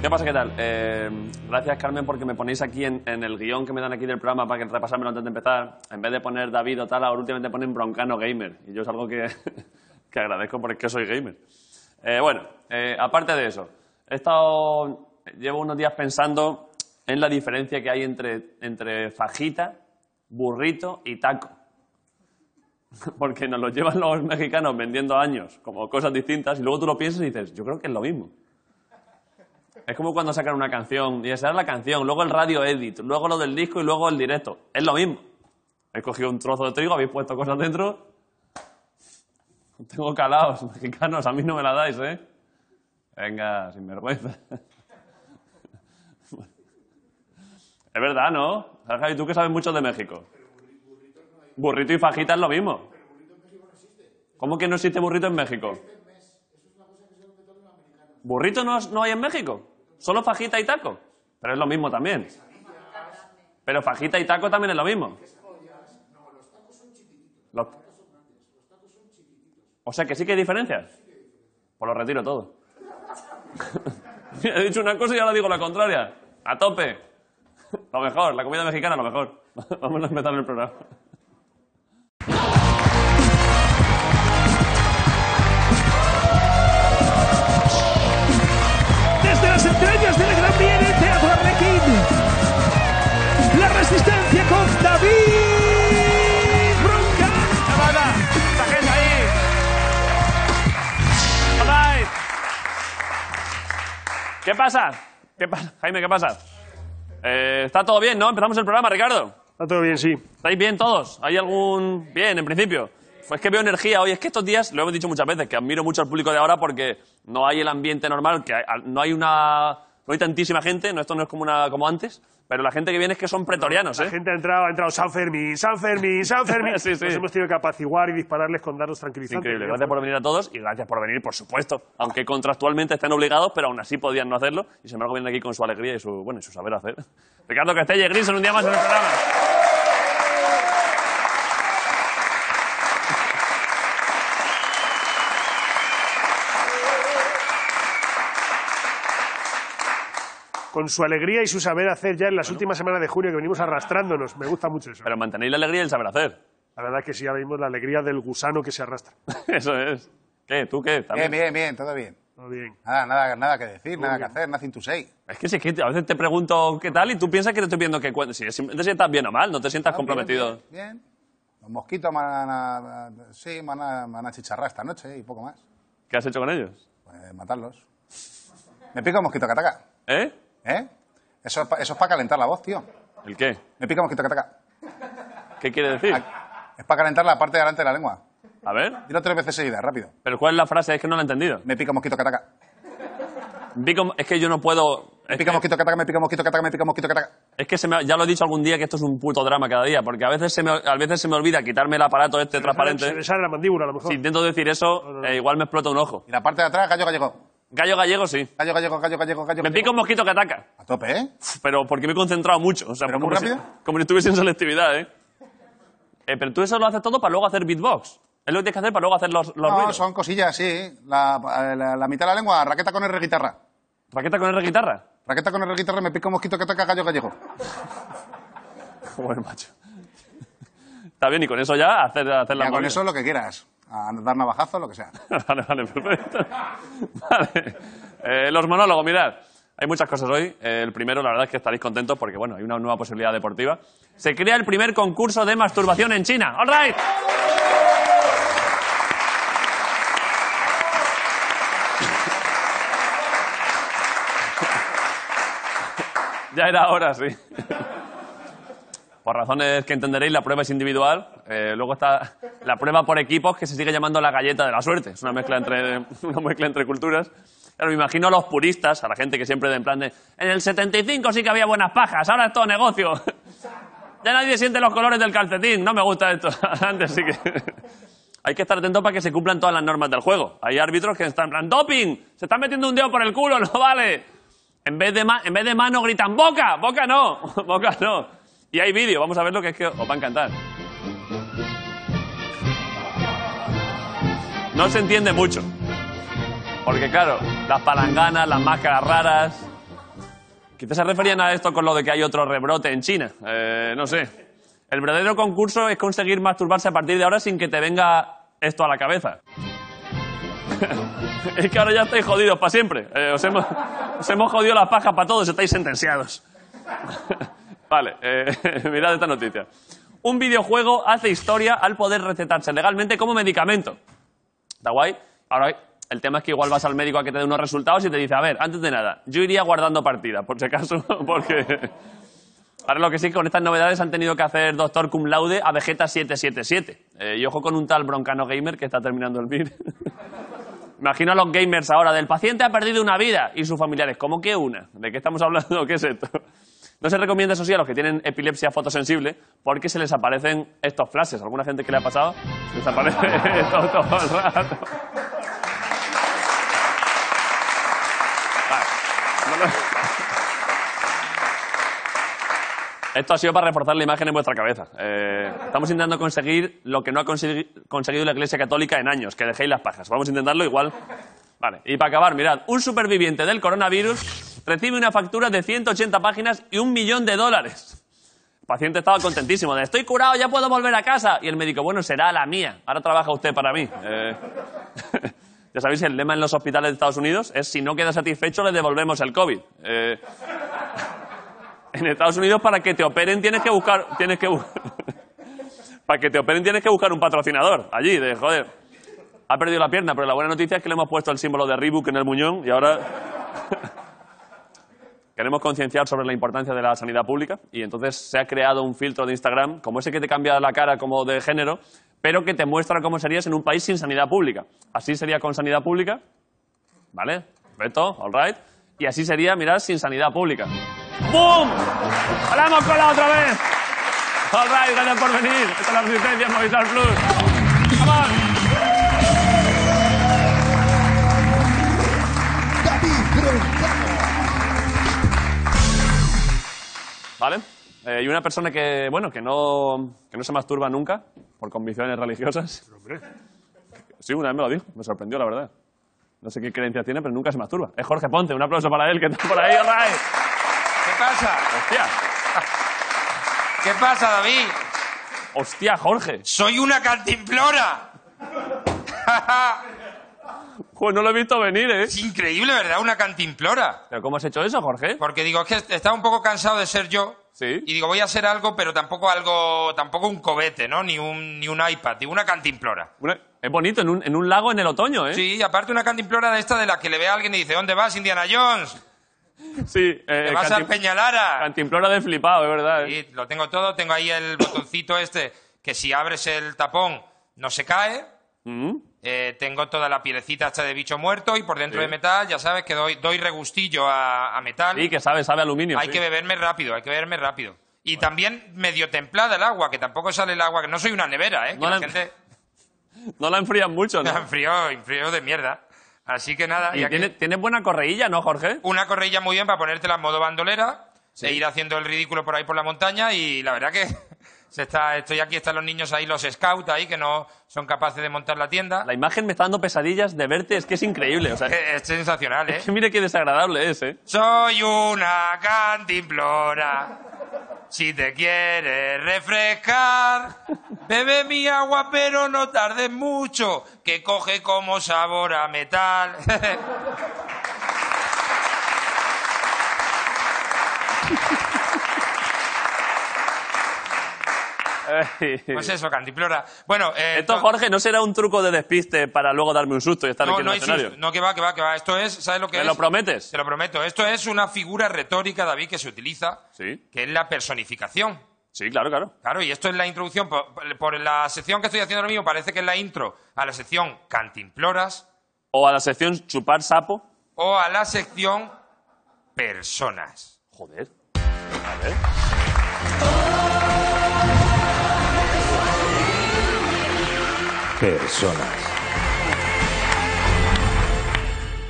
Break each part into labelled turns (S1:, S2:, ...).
S1: ¿Qué pasa? ¿Qué tal? Eh, gracias, Carmen, porque me ponéis aquí en, en el guión que me dan aquí del programa para que repasármelo antes de empezar. En vez de poner David o tal, ahora últimamente ponen Broncano Gamer. Y yo es algo que, que agradezco porque soy gamer. Eh, bueno, eh, aparte de eso, he estado. Llevo unos días pensando en la diferencia que hay entre, entre fajita, burrito y taco. Porque nos lo llevan los mexicanos vendiendo años como cosas distintas y luego tú lo piensas y dices, yo creo que es lo mismo. Es como cuando sacan una canción y esa es la canción, luego el radio edit, luego lo del disco y luego el directo. Es lo mismo. He cogido un trozo de trigo, habéis puesto cosas dentro. Tengo calados, mexicanos, a mí no me la dais, ¿eh? Venga, sin vergüenza. Es verdad, ¿no? Javi, tú que sabes mucho de México. Burrito y fajita es lo mismo. ¿Cómo que no existe burrito en México? ¿Burrito no, no hay en México? ¿Solo fajita y taco? Pero es lo mismo también. Pero fajita y taco también es lo mismo. Los- O sea que sí que hay diferencias. Pues lo retiro todo. He dicho una cosa y ahora digo la contraria. A tope. Lo mejor, la comida mexicana, lo mejor. Vamos a empezar el programa.
S2: Desde las entrañas del Gran Viene Teatro Arlequín. La resistencia con David Broncano.
S1: ¡Chavada! ¡La gente ahí! ¡Alright! ¿Qué pasa? ¿Qué pasa? Jaime, ¿qué pasa? Eh, Está todo bien, ¿no? Empezamos el programa, Ricardo.
S2: Está todo bien, sí.
S1: ¿Estáis bien todos? ¿Hay algún...? Bien, en principio. Pues que veo energía hoy. Es que estos días, lo hemos dicho muchas veces, que admiro mucho al público de ahora porque no hay el ambiente normal, que hay- no hay una... No hay tantísima gente, no, esto no es como, una, como antes, pero la gente que viene es que son pretorianos,
S3: La
S1: ¿eh?
S3: gente ha entrado, ha entrado San Fermín, San Fermín, San Fermín.
S1: Sí, sí.
S3: Nos hemos tenido que apaciguar y dispararles con dardos tranquilizantes.
S1: Increíble.
S3: Mira,
S1: Gracias por venir a todos y gracias por venir, por supuesto. Aunque contractualmente estén obligados, pero aún así podían no hacerlo. Y sin embargo vienen aquí con su alegría y su, bueno, y su saber hacer. Ricardo Castella y Grison, un día más en el programa.
S3: Con su alegría y su saber hacer ya en las últimas semanas de junio que venimos arrastrándonos. Me gusta mucho eso.
S1: Pero mantenéis la alegría y el saber hacer.
S3: La verdad que sí, ahora mismo la alegría del gusano que se arrastra.
S1: Eso es. ¿Qué? ¿Tú qué?
S4: Bien,
S1: ¿También?
S4: bien, bien, todo bien.
S3: Todo bien.
S4: Nada, nada, nada que decir, nada que hacer, nothing to say.
S1: Es que si es que a veces te pregunto qué tal y tú piensas que te estoy pidiendo que cuentes. Si si te sientas bien o mal, no te sientas
S4: Ah,
S1: comprometido.
S4: Bien, bien, bien. Los mosquitos me han, ah, sí, me han, ah, me han achicharrado esta noche y poco más.
S1: ¿Qué has hecho con ellos?
S4: Pues matarlos. Me pica un mosquito que ataca,
S1: ¿Eh?
S4: ¿eh? Eso es para calentar la voz, tío.
S1: ¿El qué?
S4: Me pica un mosquito que ataca.
S1: ¿Qué quiere decir?
S4: Ah, Es para calentar la parte de delante de la lengua.
S1: A ver.
S4: Dilo tres veces seguidas, rápido.
S1: ¿Pero cuál es la frase? Es que no la he entendido.
S4: Me pica un mosquito que ataca.
S1: Vico, es que yo no puedo...
S4: Me
S1: es que-
S4: pica un mosquito que ataca, me pica un mosquito que ataca, me pica un mosquito que ataca.
S1: Es que se me ha- ya lo he dicho algún día que esto es un puto drama cada día, porque a veces se me, a veces se me olvida quitarme el aparato este
S3: Se le
S1: transparente.
S3: sale la mandíbula, a lo mejor.
S1: Si intento decir eso, eh, igual me explota un ojo.
S4: Y la parte de atrás, gallo gallego.
S1: Gallo gallego, sí.
S4: Gallo gallego, gallo gallego, gallo
S1: Me
S4: gallego.
S1: pica un mosquito que ataca,
S4: A tope, ¿eh?
S1: pero porque me he concentrado mucho. O sea,
S4: ¿Pero
S1: como,
S4: muy
S1: si,
S4: rápido?
S1: como si estuviese en selectividad, ¿eh? Eh, Pero tú eso lo haces todo para luego hacer beatbox. Es lo que tienes que hacer para luego hacer los, los
S4: no,
S1: ruidos.
S4: son cosillas, sí. La, eh, la- la mitad de la lengua, raqueta con R guitarra.
S1: ¿Raqueta con R guitarra?
S4: Raqueta con R guitarra, me pica un mosquito que ataca gallo gallego.
S1: Joder, macho. Está bien, y con eso ya hacer, hacer la
S4: Ya, con
S1: movida.
S4: eso lo que quieras. A dar navajazo, lo que sea.
S1: vale, vale, perfecto. Vale. Eh, los monólogos, mirad. Hay muchas cosas hoy. Eh, el primero, la verdad es que estaréis contentos porque, bueno, hay una nueva posibilidad deportiva. Se crea el primer concurso de masturbación en China. ¡All right! Ya era hora, sí. Por razones que entenderéis, la prueba es individual. Eh, luego está la prueba por equipos, que se sigue llamando la galleta de la suerte. Es una mezcla entre, una mezcla entre culturas. Claro, me imagino a los puristas, a la gente que siempre de en plan de... En el 75 sí que había buenas pajas, ahora es todo negocio. Ya nadie siente los colores del calcetín, no me gusta esto. Antes sí que... Hay que estar atento para que se cumplan todas las normas del juego. Hay árbitros que están en plan, ¡doping! ¡Se están metiendo un dedo por el culo! ¡No vale! En vez de, ma- en vez de mano gritan, ¡boca! ¡Boca no! ¡Boca no! Y hay vídeo, vamos a ver lo que es que os va a encantar. No se entiende mucho. Porque claro, las palanganas, las máscaras raras, Quizás se referían a esto con lo de que hay otro rebrote en China. Eh, no sé. El verdadero concurso es conseguir masturbarse a partir de ahora sin que te venga esto a la cabeza. es que ahora ya estáis jodidos para siempre. Eh, os, hemos, os hemos jodido las pajas para todos, estáis sentenciados. vale, eh, mirad esta noticia. Un videojuego hace historia al poder recetarse legalmente como medicamento. Está guay. Ahora, el tema es que igual vas al médico a que te dé unos resultados y te dice, a ver, antes de nada, yo iría guardando partida, por si acaso, porque... Ahora lo que sí, con estas novedades han tenido que hacer doctor cum laude a Vegeta 777. Eh, y ojo con un tal broncano gamer que está terminando el MIR. Imagino a los gamers ahora, del paciente ha perdido una vida y sus familiares, ¿cómo que una? ¿De qué estamos hablando? ¿Qué es esto? No se recomienda eso sí a los que tienen epilepsia fotosensible porque se les aparecen estos flashes. ¿Alguna gente que le ha pasado? Les aparece esto todo el rato. Vale. No lo- Esto ha sido para reforzar la imagen en vuestra cabeza. Eh, estamos intentando conseguir lo que no ha consigui- conseguido la Iglesia Católica en años, que dejéis las pajas. Vamos a intentarlo igual. Vale, y para acabar, mirad, un superviviente del coronavirus recibe una factura de 180 páginas y un millón de dólares. El paciente estaba contentísimo, de estoy curado, ya puedo volver a casa. Y el médico, bueno, será la mía, ahora trabaja usted para mí. Eh, ya sabéis, el lema en los hospitales de Estados Unidos es si no queda satisfecho le devolvemos el COVID. Eh, en Estados Unidos para que te operen tienes que buscar tienes que bu- para que te operen tienes que buscar un patrocinador allí de joder ha perdido la pierna pero la buena noticia es que le hemos puesto el símbolo de Reebok en el muñón y ahora queremos concienciar sobre la importancia de la sanidad pública y entonces se ha creado un filtro de Instagram como ese que te cambia la cara como de género pero que te muestra cómo serías en un país sin sanidad pública así sería con sanidad pública vale perfecto all right y así sería mirad sin sanidad pública ¡Bum! ¡Hablamos con la otra vez! All right, gracias por venir. Esta es la resistencia en Movistar Plus. ¡Vamos! ¿Vale? Eh, y una persona que, bueno, que no, que no se masturba nunca por convicciones religiosas. Sí, una vez me lo dijo. Me sorprendió, la verdad. No sé qué creencia tiene, pero nunca se masturba. Es Jorge Ponce. Un aplauso para él, que está por ahí. All right.
S5: ¿Qué pasa?
S1: Hostia,
S5: ¿Qué pasa, David?
S1: hostia, Jorge.
S5: ¡Soy una cantimplora!
S1: Pues no lo he visto venir, ¿eh?
S5: es increíble, ¿verdad? Una cantimplora.
S1: ¿Pero cómo has hecho eso, Jorge?
S5: Porque digo, es que estaba un poco cansado de ser yo.
S1: Sí.
S5: Y digo, voy a hacer algo, pero tampoco algo, tampoco un cobete, ¿no? Ni un, ni un iPad, digo, una cantimplora.
S1: Una- Es bonito, en un, en un lago en el otoño, ¿eh?
S5: Sí, y aparte una cantimplora de esta de la que le ve a alguien y dice, ¿dónde vas, Indiana Jones?
S1: Sí, eh,
S5: ¿Te vas
S1: cantim-
S5: al Peñalara?
S1: Cantimplora de flipado, es verdad. ¿eh?
S5: Sí, lo tengo todo, tengo ahí el botoncito este, que si abres el tapón no se cae.
S1: Mm.
S5: Eh, tengo toda la pielecita hasta de bicho muerto y por dentro
S1: Sí.
S5: de metal, ya sabes que doy, doy regustillo a, a metal.
S1: Sí, que sabe, sabe a aluminio.
S5: hay
S1: sí.
S5: que beberme rápido, hay que beberme rápido. Y también medio templada el agua, que tampoco sale el agua, que no soy una nevera, ¿eh? Que
S1: No
S5: la
S1: la-
S5: gente
S1: No la enfrían mucho, ¿no?
S5: me enfrió, enfrió de mierda. Así que nada,
S1: Y
S5: ya que-
S1: tiene, tienes buena correilla, ¿no, Jorge?
S5: una correilla muy bien para ponértela en modo bandolera, e ir haciendo el ridículo por ahí por la montaña y la verdad que se está, estoy aquí, están los niños ahí, los scouts ahí, que no son capaces de montar la tienda.
S1: La imagen me está dando pesadillas de verte, es que es increíble. O sea,
S5: Eh, Es sensacional, ¿eh?
S1: es que mire qué desagradable es, ¿eh?
S5: Soy una cantimplora. Si te quieres refrescar, bebe mi agua, pero no tardes mucho, que coge como sabor a metal. pues eso, cantimplora. Bueno, eh,
S1: Esto, Jorge, no será un truco de despiste para luego darme un susto y estar
S5: no,
S1: aquí en
S5: no
S1: el
S5: hay
S1: escenario.
S5: susto. No, que va, que va, que va. Esto es, ¿sabes lo que
S1: ¿Me
S5: es?
S1: lo prometes?
S5: Te lo prometo. Esto es una figura retórica, David, que se utiliza,
S1: Sí,
S5: que es la personificación.
S1: sí, claro, claro.
S5: Claro, y esto es la introducción. Por, por la sección que estoy haciendo ahora mismo, parece que es la intro a la sección Cantimploras
S1: O a la sección chupar sapo.
S5: o a la sección Personas.
S1: Joder.
S6: Personas.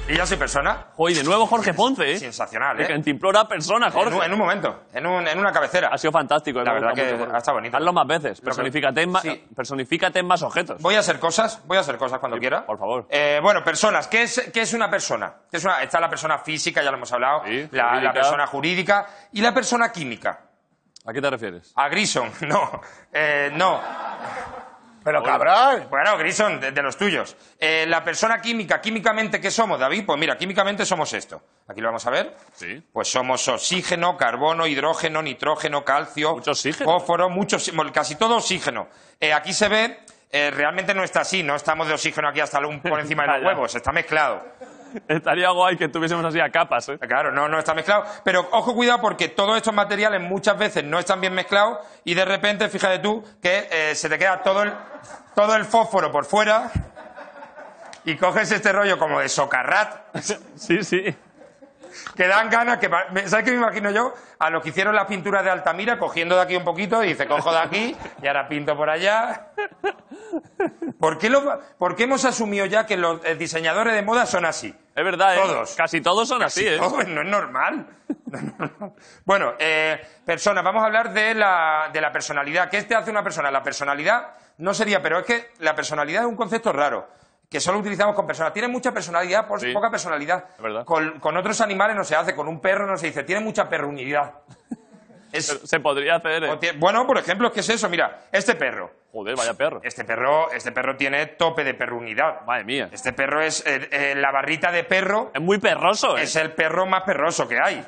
S5: Y yo soy persona.
S1: Joder, y de nuevo Jorge Ponce, ¿eh?
S5: Sensacional,
S1: Que
S5: ¿eh?
S1: Cantimplora persona,
S5: En
S1: Jorge.
S5: un, en un momento, en, un- en una cabecera.
S1: Ha sido fantástico. eh,
S5: La
S1: me
S5: verdad
S1: gusta
S5: que
S1: mucho.
S5: ha estado bonito.
S1: Hazlo más veces.
S5: Lo que-
S1: Personifícate en, ma-
S5: sí.
S1: personifícate en más objetos.
S5: Voy a hacer cosas, voy a hacer cosas cuando quiera.
S1: por favor.
S5: Eh, bueno, personas. ¿Qué es, qué es una persona? ¿Qué es una- está la persona física, ya lo hemos hablado,
S1: Sí,
S5: la, la
S1: jurídica.
S5: persona jurídica y la persona química.
S1: ¿A qué te refieres?
S5: A Grison, no, eh, no.
S4: Pero cabrón.
S5: Bueno, Grison, de, de los tuyos. Eh, la persona química, químicamente, ¿qué somos, David? Pues mira, químicamente somos esto. Aquí lo vamos a ver.
S1: Sí.
S5: Pues somos oxígeno, carbono, hidrógeno, nitrógeno, calcio,
S1: Mucho oxígeno.
S5: fósforo, mucho, oxi- bueno, casi todo oxígeno. Eh, aquí se ve, eh, realmente no está así, no estamos de oxígeno aquí hasta un- por encima de los
S1: Ya, ya.
S5: huevos, está mezclado.
S1: Estaría guay que tuviésemos así a capas, ¿eh?
S5: Claro, no, no está mezclado. Pero ojo, cuidado, porque todos estos materiales muchas veces no están bien mezclados y de repente, fíjate tú, que eh, se te queda todo el, todo el fósforo por fuera y coges este rollo como de socarrat,
S1: Sí, sí.
S5: que dan ganas, que pa- me- ¿sabes qué me imagino yo? A los que hicieron las pinturas de Altamira, cogiendo de aquí un poquito y dice, cojo de aquí y ahora pinto por allá. ¿Por qué, lo- por qué hemos asumido ya que los eh, diseñadores de moda son así?
S1: Es verdad, ¿eh?
S5: Todos.
S1: Casi todos son así, ¿eh?
S5: No, no es normal. No es normal. bueno, eh, personas, vamos a hablar de la, de la personalidad. ¿Qué te hace una persona? La personalidad no sería, pero es que la personalidad es un concepto raro, que solo utilizamos con personas. Tiene mucha personalidad, por
S1: Sí.
S5: poca personalidad.
S1: Es verdad.
S5: Con, con otros animales no se hace, con un perro no se dice, tiene mucha perrunidad. Es-
S1: Se podría hacer,
S5: o
S1: ¿eh?
S5: tie- bueno, por ejemplo, ¿qué es eso? Mira, este perro.
S1: Joder, vaya perro.
S5: Este perro, este perro tiene tope de perrunidad.
S1: Madre mía.
S5: Este perro es eh, eh, la barrita de perro
S1: Es muy perroso, ¿eh?
S5: es el perro más perroso que hay.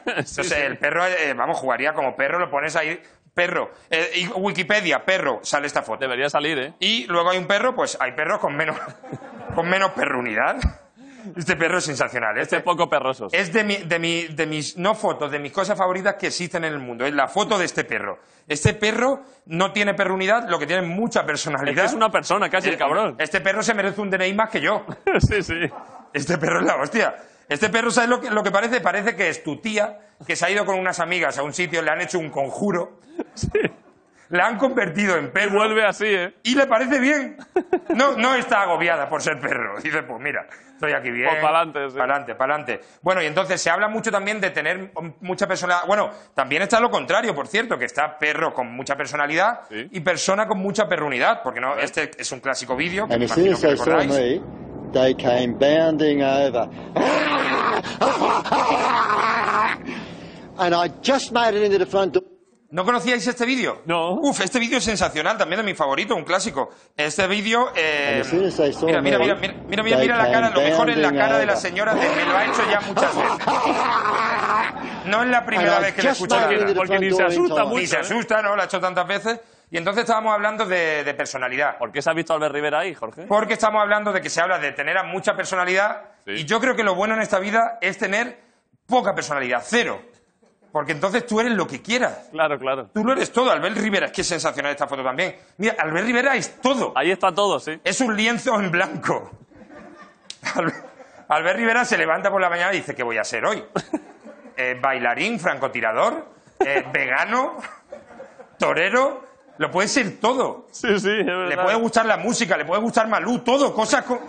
S5: Entonces,
S1: sí.
S5: el perro, eh, vamos, jugaría como perro, lo pones ahí, perro. Eh, y Wikipedia, perro, sale esta foto.
S1: Debería salir, ¿eh?
S5: Y luego hay un perro, pues hay perros con menos, con menos perrunidad. Este perro es sensacional.
S1: Este
S5: Este,
S1: es poco perroso.
S5: es de, mi- de, mi- de mis, no fotos, de mis cosas favoritas que existen en el mundo. Es la foto de este perro. Este perro no tiene perrunidad, lo que tiene es mucha
S1: Es que
S5: personalidad.
S1: Este es una persona, casi el cabrón.
S5: Este perro se merece un DNI más que yo.
S1: Eh, Sí, sí.
S5: Este perro es la hostia. Este perro, ¿sabes lo que, lo que parece? Parece que es tu tía que se ha ido con unas amigas a un sitio, le han hecho un conjuro, la han convertido en perro
S1: Vuelve así, ¿eh?
S5: y le parece bien. No, no está agobiada por ser perro. Dice, pues mira, estoy aquí bien.
S1: Pues pa'lante, sí.
S5: Pa'lante, pa'lante. Bueno, y entonces se habla mucho también de tener mucha personalidad. Bueno, también está lo contrario, por cierto, que está perro con mucha personalidad
S1: Sí.
S5: y persona con mucha perrunidad. Porque no, este es un clásico vídeo. que
S6: And
S5: me
S6: as soon
S5: imagino
S6: as
S5: que
S6: they saw
S5: recordáis.
S6: me, they came bounding over. And I just made it into the front door.
S5: ¿No conocíais este vídeo?
S1: No.
S5: Uf, este vídeo es sensacional, también es mi favorito, un clásico. Este vídeo. eh,
S6: And as soon as they saw
S5: mira,
S6: me,
S5: mira, mira, mira, mira, mira, mira la
S6: they
S5: cara, lo
S6: came
S5: mejor es la
S6: bounding
S5: cara de la
S6: over.
S5: señora de me lo ha hecho ya muchas veces. No es la primera
S6: And I
S5: vez que le
S6: just
S5: escucho la
S6: made it
S5: cara.
S6: into the
S1: Porque ni
S6: front
S1: se
S6: door in
S1: asusta
S6: time.
S1: mucho. ¿eh?
S5: Ni se asusta, ¿no? La ha hecho tantas veces. Y entonces estábamos hablando de, de personalidad.
S1: ¿Por qué se ha visto a Albert Rivera ahí, Jorge?
S5: Porque estamos hablando de que se habla de tener a mucha personalidad.
S1: Sí.
S5: Y yo creo que lo bueno en esta vida es tener poca personalidad, cero. Porque entonces tú eres lo que quieras.
S1: Claro, claro.
S5: Tú lo eres todo, Albert Rivera. Es que es sensacional esta foto también. Mira, Albert Rivera es todo.
S1: Ahí está todo, sí.
S5: Es un lienzo en blanco. Albert, Albert Rivera se levanta por la mañana y dice, ¿qué voy a ser hoy? Eh, bailarín, francotirador, eh, vegano, torero. Lo puede ser todo.
S1: Sí, sí, es
S5: Le
S1: verdad.
S5: puede gustar la música, le puede gustar Malú, todo, cosas... co-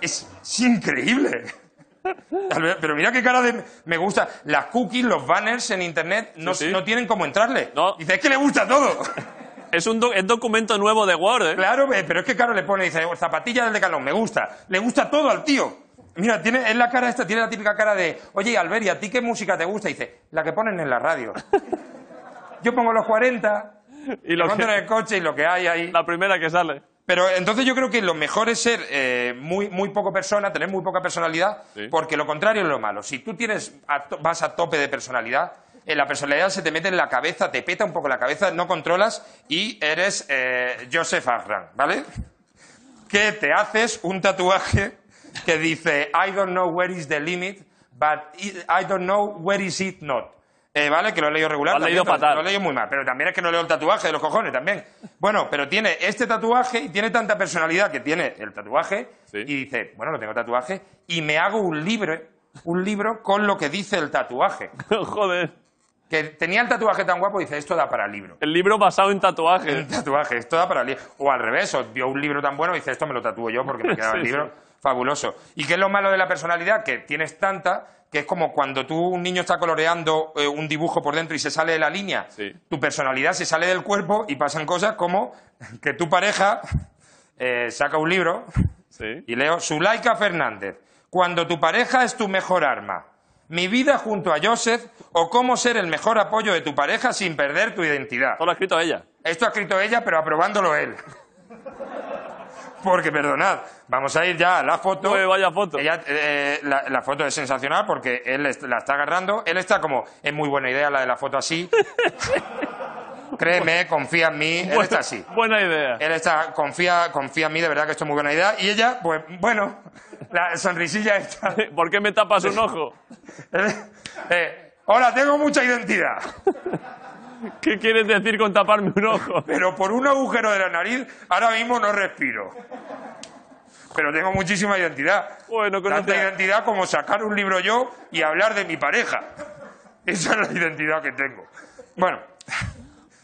S5: Es, es increíble. Albert- Pero mira qué cara de... Me gusta. Las cookies, los banners en Internet no,
S1: Sí, sí.
S5: no tienen cómo entrarle.
S1: No.
S5: Dice, es que le gusta todo.
S1: Es un do- es documento nuevo de Word, ¿eh?
S5: Claro, eh, pero es que claro, le pone, dice, "Oh, zapatilla del decalón, me gusta. Le gusta todo al tío. Mira, tiene, es la cara esta, tiene la típica cara de, oye, Albert, ¿y a ti qué música te gusta? Y dice, la que ponen en la radio. Yo pongo los 40,
S1: Y
S5: lo
S1: lo
S5: monto en
S1: que,
S5: el coche y lo que hay ahí.
S1: la primera que sale.
S5: Pero entonces yo creo que lo mejor es ser eh, muy, muy poco persona, tener muy poca personalidad,
S1: Sí.
S5: porque lo contrario es lo malo. Si tú tienes a to- vas a tope de personalidad, eh, la personalidad se te mete en la cabeza, te peta un poco la cabeza, no controlas y eres eh, Joseph Arran, ¿vale? Que te haces un tatuaje que dice I don't know where is the limit, but it- I don't know where is it not. Eh, ¿Vale? Que lo he leído regular.
S1: Lo has
S5: también,
S1: leído
S5: pero-
S1: fatal.
S5: lo he leído muy mal, pero también es que no leo el tatuaje de los cojones también. Bueno, pero tiene este tatuaje y tiene tanta personalidad que tiene el tatuaje
S1: Sí.
S5: y dice, bueno, no tengo tatuaje y me hago un libro, un libro con lo que dice el tatuaje.
S1: Joder.
S5: Que tenía el tatuaje tan guapo y dice, esto da para libro.
S1: El libro basado en tatuajes.
S5: El tatuaje, esto da para libro. O al revés, os dio un libro tan bueno y dice, esto me lo tatúo yo porque me queda el
S1: Sí,
S5: libro. fabuloso. ¿Y qué es lo malo de la personalidad? Que tienes tanta que es como cuando tú, un niño está coloreando eh, un dibujo por dentro y se sale de la línea.
S1: Sí.
S5: Tu personalidad se sale del cuerpo y pasan cosas como que tu pareja eh, saca un libro
S1: Sí.
S5: y leo Zulaika Fernández. Cuando tu pareja es tu mejor arma. Mi vida junto a Joseph o cómo ser el mejor apoyo de tu pareja sin perder tu identidad.
S1: Todo lo ha escrito ella.
S5: Esto ha escrito ella, pero aprobándolo él. Porque, perdonad, vamos a ir ya a la foto.
S1: Uy, vaya foto.
S5: Ella, eh, la, la foto es sensacional porque él est- la está agarrando. Él está como, es muy buena idea la de la foto así. Créeme, confía en mí. Él está así.
S1: Buena idea.
S5: Él está, confía, confía en mí, de verdad que esto es muy buena idea. Y ella, pues, bueno, la sonrisilla está.
S1: ¿Por qué me tapas un ojo?
S5: Eh, hola, tengo mucha identidad.
S1: ¿Qué quieres decir con taparme un ojo?
S5: pero por un agujero de la nariz ahora mismo no respiro. Pero tengo muchísima identidad.
S1: Bueno, con este-
S5: Tanta
S1: esta-
S5: identidad como sacar un libro yo y hablar de mi pareja. Esa es la identidad que tengo. Bueno,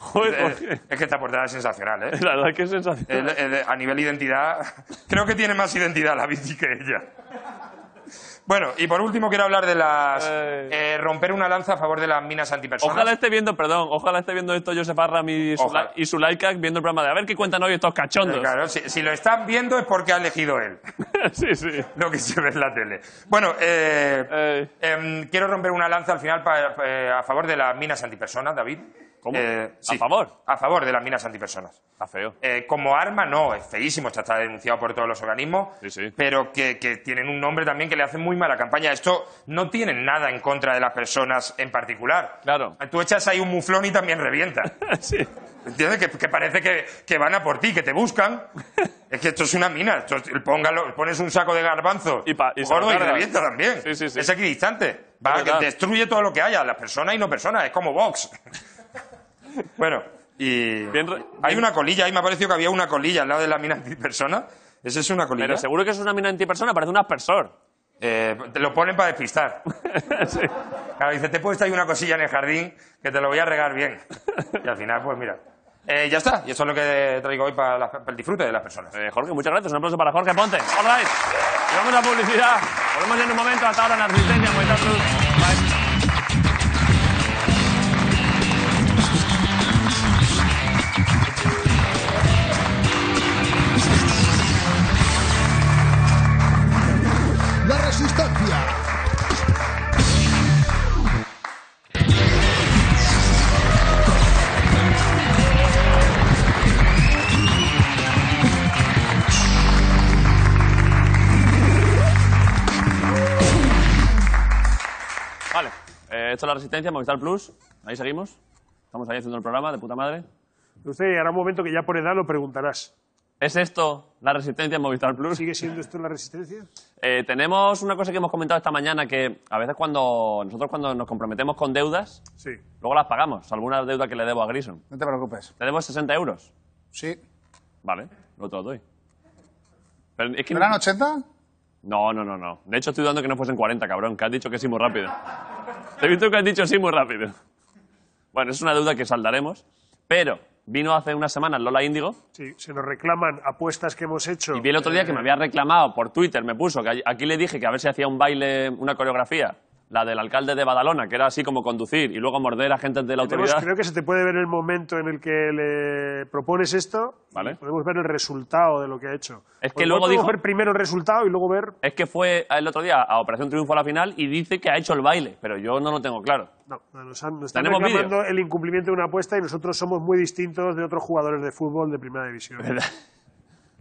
S1: Joder,
S5: eh,
S1: Jorge.
S5: es que esta portada es sensacional, ¿eh?
S1: La verdad, qué sensación.
S5: El- el- a nivel identidad, creo que tiene más identidad la bici que ella. Bueno, y por último quiero hablar de las...
S1: Ay.
S5: eh, romper una lanza a favor de las minas antipersonas.
S1: Ojalá esté viendo, perdón, ojalá esté viendo esto Josep Arram y, su
S5: Ojalá.
S1: y Zulaika viendo el programa de a ver qué cuentan hoy estos cachondos.
S5: Eh, Claro, si- si lo están viendo es porque ha elegido él.
S1: sí, sí.
S5: lo que se ve en la tele. Bueno, eh,
S1: Eh.
S5: em, quiero romper una lanza al final pa- eh, a favor de las minas antipersonas, David.
S1: ¿Cómo?
S5: Eh,
S1: ¿A
S5: sí.
S1: favor?
S5: A favor de las minas antipersonas.
S1: Está feo.
S5: Eh, como arma, no, es feísimo, está, está denunciado por todos los organismos,
S1: Sí, sí.
S5: pero que, que tienen un nombre también que le hacen muy mala campaña. Esto no tiene nada en contra de las personas en particular.
S1: Claro.
S5: Tú echas ahí un muflón y también revienta.
S1: sí.
S5: ¿Entiendes? Que, que parece que, que van a por ti, que te buscan. Es que esto es una mina. Esto, es- póngalo, pones un saco de garbanzos
S1: Y pa- y se lo
S5: gordo y
S1: cargan.
S5: revienta también.
S1: Sí, sí, sí.
S5: Es equidistante. Va,
S1: Es
S5: que
S1: verdad.
S5: destruye todo lo que haya, las personas y no personas. Es como Vox. bueno, y.
S1: Bien re-
S5: hay una colilla, ahí me ha parecido que había una colilla al lado de la mina antipersona. Esa es una colilla.
S1: Pero seguro que eso es una mina antipersona, parece un aspersor.
S5: Eh, te lo ponen para despistar.
S1: sí.
S5: Claro, dice, te he puesto ahí una cosilla en el jardín que te lo voy a regar bien. Y al final, pues mira. Eh, ya está. Y eso es lo que traigo hoy para, la- para el disfrute de las personas.
S1: Eh, Jorge, muchas gracias. Un aplauso para Jorge Ponte. All right. Y vamos a publicidad. Volvemos en un momento. Hasta ahora en Resistencia. Movistar Plus. Bye.
S7: La resistencia.
S1: Vale. Eh, esto es La Resistencia, Movistar Plus. Ahí seguimos. Estamos ahí haciendo el programa de puta madre.
S3: Usted llegará un momento que ya por edad lo preguntarás.
S1: ¿Es esto La Resistencia en Movistar Plus?
S3: ¿Sigue siendo esto la resistencia?
S1: Eh, tenemos una cosa que hemos comentado esta mañana que a veces cuando nosotros cuando nos comprometemos con deudas,
S3: Sí.
S1: luego las pagamos. Salvo una deuda que le debo a Grison.
S4: No te preocupes.
S1: Le debo 60 euros.
S4: Sí.
S1: Vale, no te lo doy. Pero es que
S4: ¿No eran 80?
S1: No, no, no, no. De hecho, estoy dudando que no fuesen 40, cabrón, que has dicho que sí muy rápido. Te he visto que has dicho sí muy rápido. Bueno, es una deuda que saldaremos, pero vino hace unas semanas Lola Índigo
S3: Sí, se nos reclaman apuestas que hemos hecho.
S1: y vi el otro día que me había reclamado por Twitter, me puso, que aquí le dije que a ver si hacía un baile, una coreografía, la del alcalde de Badalona, que era así como conducir y luego morder a gente de la
S3: Tenemos-
S1: autoridad.
S3: creo que se te puede ver el momento en el que le propones esto.
S1: Vale.
S3: y Podemos ver el resultado de lo que ha hecho.
S1: Es que
S3: Porque
S1: luego
S3: podemos
S1: dijo-
S3: ver primero el resultado y luego ver.
S1: Es que fue el otro día a Operación Triunfo a la final y dice que ha hecho el baile, pero yo no lo tengo claro.
S3: No, no, nos, han- nos están
S1: Tenemos
S3: reclamando el incumplimiento de una apuesta y nosotros somos muy distintos de otros jugadores de fútbol de primera división.
S1: ¿Verdad?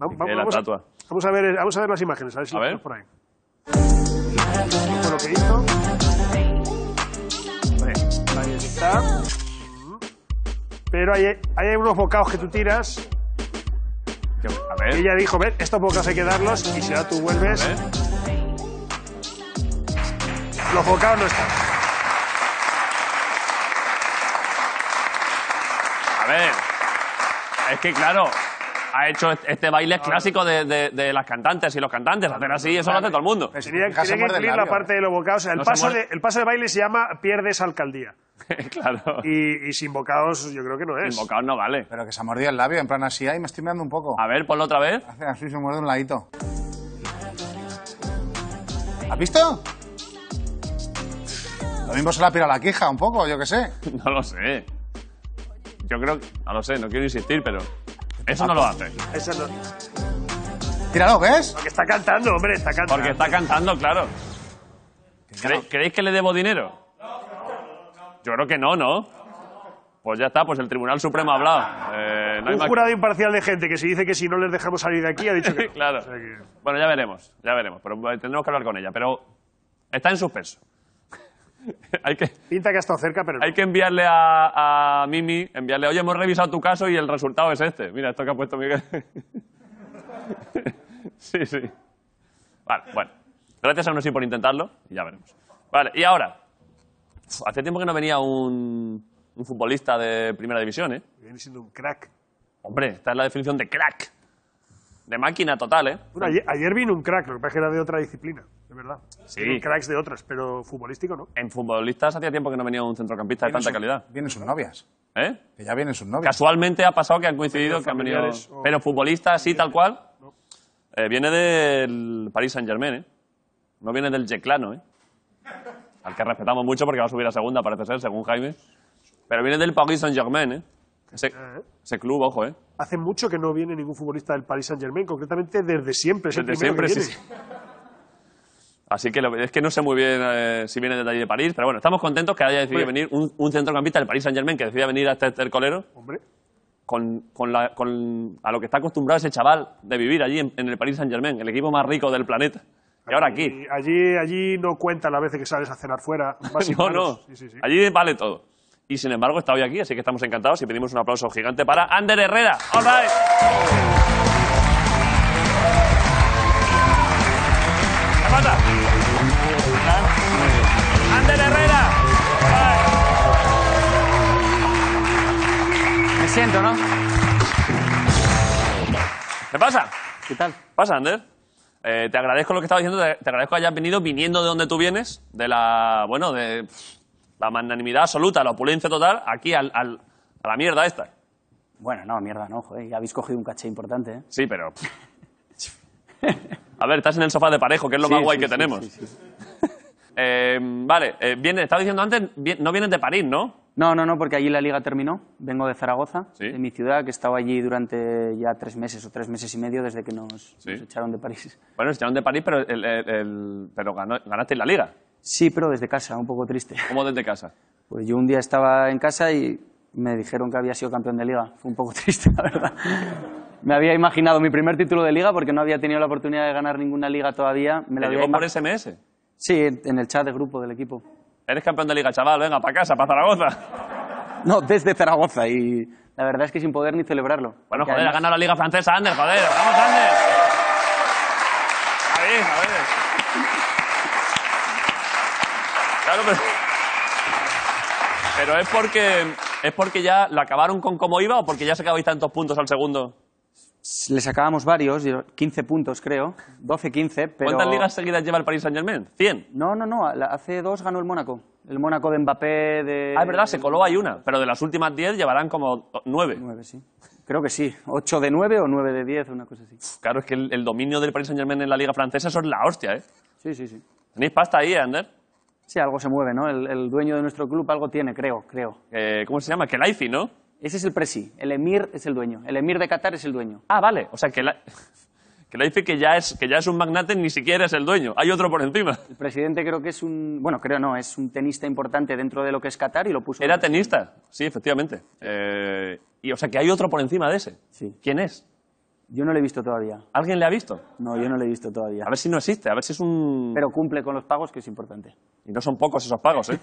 S3: Va- va-
S1: Eh, la
S3: a-
S1: estatua.
S3: vamos a ver, eh, vamos a ver las imágenes, a ver si
S1: A
S3: las
S1: ver.
S3: tenemos por ahí. Con lo que hizo. Vale, ahí está. Pero hay, hay unos bocados que tú tiras.
S1: Que- a ver,
S3: Y ella dijo, ver, estos bocados hay que darlos y si ahora tú vuelves,
S1: a ver.
S3: los bocados no están.
S1: A ver, es que claro, ha hecho est- este baile es clásico de, de- de las cantantes y los cantantes. Hacer así, eso lo hace todo el mundo.
S4: Pero si
S3: Tenía,
S4: te fijas, se
S3: tenía Pues que
S4: muerde el
S3: incluir la
S4: labio.
S3: parte de los bocados. O sea, el,
S1: No se
S3: paso
S1: muerde.
S3: de, el paso de baile se llama Pierdes Alcaldía.
S1: claro.
S3: Y, y sin bocados yo creo que no es.
S1: Invocados no vale.
S4: Pero que se ha mordido el
S1: Ah.
S4: labio, en plan así, ay, me estoy mirando un poco.
S1: A ver, ponlo otra vez.
S4: Hace así, se muerde un ladito. ¿Has visto? Lo mismo se la pira la quija un poco, yo qué sé.
S1: No lo sé. Yo creo que. No lo sé, no quiero insistir, pero. Eso no lo hace.
S3: Eso no.
S4: Tíralo, ¿ves?
S3: Que está cantando, hombre, está cantando.
S1: Porque está cantando, claro. ¿Cree- ¿Creéis que le debo dinero? Yo creo que no, ¿no? Pues ya está, pues el Tribunal Supremo ha hablado. Eh, no hay
S3: Un
S1: más-
S3: jurado imparcial de gente que si dice que si no les dejamos salir de aquí ha dicho que no.
S1: Claro.
S3: O sea que-
S1: Bueno, ya veremos, ya veremos. Pero eh, tendremos que hablar con ella. Pero está en suspenso. hay, que,
S3: Pinta que ha estado cerca, pero no.
S1: hay que enviarle a, a Mimi, enviarle, oye, hemos revisado tu caso y el resultado es este. Mira, esto que ha puesto Miguel. sí, sí. Vale, bueno. Gracias a uno sí por intentarlo y ya veremos. Vale, y ahora. Uf, Hace tiempo que no venía un, un futbolista de primera división, ¿eh?
S3: Viene siendo un crack.
S1: Hombre, esta es la definición de crack. De máquina total, ¿eh?
S3: Bueno, ayer, ayer vino un crack, lo que pasa es que era de otra disciplina, de verdad.
S1: Sí.
S3: Vienen cracks de otras, pero futbolístico no.
S1: En futbolistas hacía tiempo que no venía un centrocampista de tanta calidad.
S4: Vienen sus novias.
S1: ¿eh?
S4: Que ya vienen sus novias.
S1: Casualmente ha pasado que han coincidido que han venido.
S3: familiares o-
S1: Pero futbolista, sí, tal cual. Eh, viene del Paris Saint Germain, ¿eh? No viene del Yeclano, ¿eh? Al que respetamos mucho porque va a subir a segunda, parece ser, según Jaime. Pero viene del Paris Saint Germain, ¿eh? Ese,
S3: Ah,
S1: ese club, ojo, ¿eh?
S3: Hace mucho que no viene ningún futbolista del Paris Saint Germain, concretamente desde siempre. Es el
S1: Desde siempre,
S3: primero que
S1: sí,
S3: viene.
S1: sí. Así que lo- es que no sé muy bien eh, si viene detalle de París, pero bueno, estamos contentos que haya decidido venir un, un centrocampista del Paris Saint Germain que decida venir a este tercolero
S3: Hombre,
S1: con, con la- con- a lo que está acostumbrado ese chaval de vivir allí en, en el Paris Saint Germain, el equipo más rico del planeta. Y ahora aquí.
S3: y allí, allí no cuentan las veces que sales a cenar fuera. vas y
S1: No, no.
S3: manos. Sí, sí, sí.
S1: Allí vale todo. Y sin embargo está hoy aquí, así que estamos encantados y pedimos un aplauso gigante para Ander Herrera. All right. ¿Qué pasa? Ander Herrera.
S7: Me siento, ¿no?
S1: ¿Qué pasa?
S7: ¿Qué tal?
S1: pasa, Ander? Eh, te agradezco lo que estaba diciendo, te, te agradezco que hayas venido viniendo de donde tú vienes, de la, bueno, de pff, la magnanimidad absoluta, la opulencia total, aquí al, al- a la mierda esta.
S7: Bueno, no, mierda, no, joder, ya habéis cogido un caché importante, ¿eh?
S1: Sí, pero... pff. A ver, estás en el sofá de parejo, que es lo más
S7: Sí,
S1: guay
S7: sí,
S1: que
S7: sí,
S1: tenemos.
S7: sí, sí.
S1: Eh, vale, eh, viene, estaba diciendo antes, vi- no vienes de París, ¿no?
S7: No, no, no, porque allí la liga terminó. Vengo de Zaragoza,
S1: Sí.
S7: de mi ciudad, que estaba allí durante ya tres meses o tres meses y medio desde que nos, nos echaron de París.
S1: Bueno, echaron de París, pero, el, el- el- pero ganó- ganasteis la liga,
S7: Sí, pero desde casa, un poco triste.
S1: como desde casa.
S7: Pues yo un día estaba en casa y me dijeron que había sido campeón de liga. Fue un poco triste, la verdad. Me había imaginado mi primer título de liga porque no había tenido la oportunidad de ganar ninguna liga todavía. Me
S1: Te
S7: la había
S1: llegó por
S7: ima-
S1: SMS.
S7: Sí, en en el chat de grupo del equipo.
S1: Eres campeón de liga, chaval, venga, para casa, para Zaragoza.
S7: No, desde Zaragoza y la verdad es que sin poder ni celebrarlo.
S1: Bueno,
S7: Porque
S1: joder, ha
S7: además-
S1: ganado la Liga Francesa, Ander, joder. ¡Vamos, Ander! A ver, a ver. Claro, pero... Pero es porque... ¿Es porque ya la acabaron con cómo iba o porque ya sacabais tantos puntos al segundo?
S7: Le sacábamos varios, yo- 15 puntos creo, 12-15, pero...
S1: ¿Cuántas ligas seguidas lleva el Paris Saint-Germain? ¿Cien?
S7: No, no, no, la- hace dos ganó el Mónaco. El Mónaco de Mbappé de...
S1: Ah, es verdad, se coló ahí una. Pero de las últimas diez llevarán como nueve.
S7: Eh, Nueve, sí. Creo que sí, 8 de 9 o 9 de 10, una cosa así.
S1: Claro, es que el, el dominio del Paris Saint-Germain en la Liga Francesa, eso es la hostia, ¿eh?
S7: Sí, sí, sí.
S1: ¿Tenéis pasta ahí, eh, Ander?
S7: Sí, algo se mueve, ¿no? El, el dueño de nuestro club algo tiene, creo, creo.
S1: Eh, ¿Cómo se llama? Kelaifi, ¿no?
S7: Ese es el presi, el emir es el dueño, el emir de Qatar es el dueño.
S1: Ah, vale. O sea, que la, que la dice que ya, es, que ya es un magnate, ni siquiera es el dueño. Hay otro por encima.
S7: El presidente creo que es un, bueno, creo no, es un tenista importante dentro de lo que es Qatar y lo puso...
S1: Era tenista. Sí, efectivamente. Eh, y o sea, que hay otro por encima de ese.
S7: Sí.
S1: ¿Quién es?
S7: Yo no lo he visto todavía.
S1: ¿Alguien le ha visto?
S7: No, yo no lo he visto todavía.
S1: A ver si no existe, a ver si es un...
S7: Pero cumple con los pagos, que es importante.
S1: Y no son pocos esos pagos, ¿eh?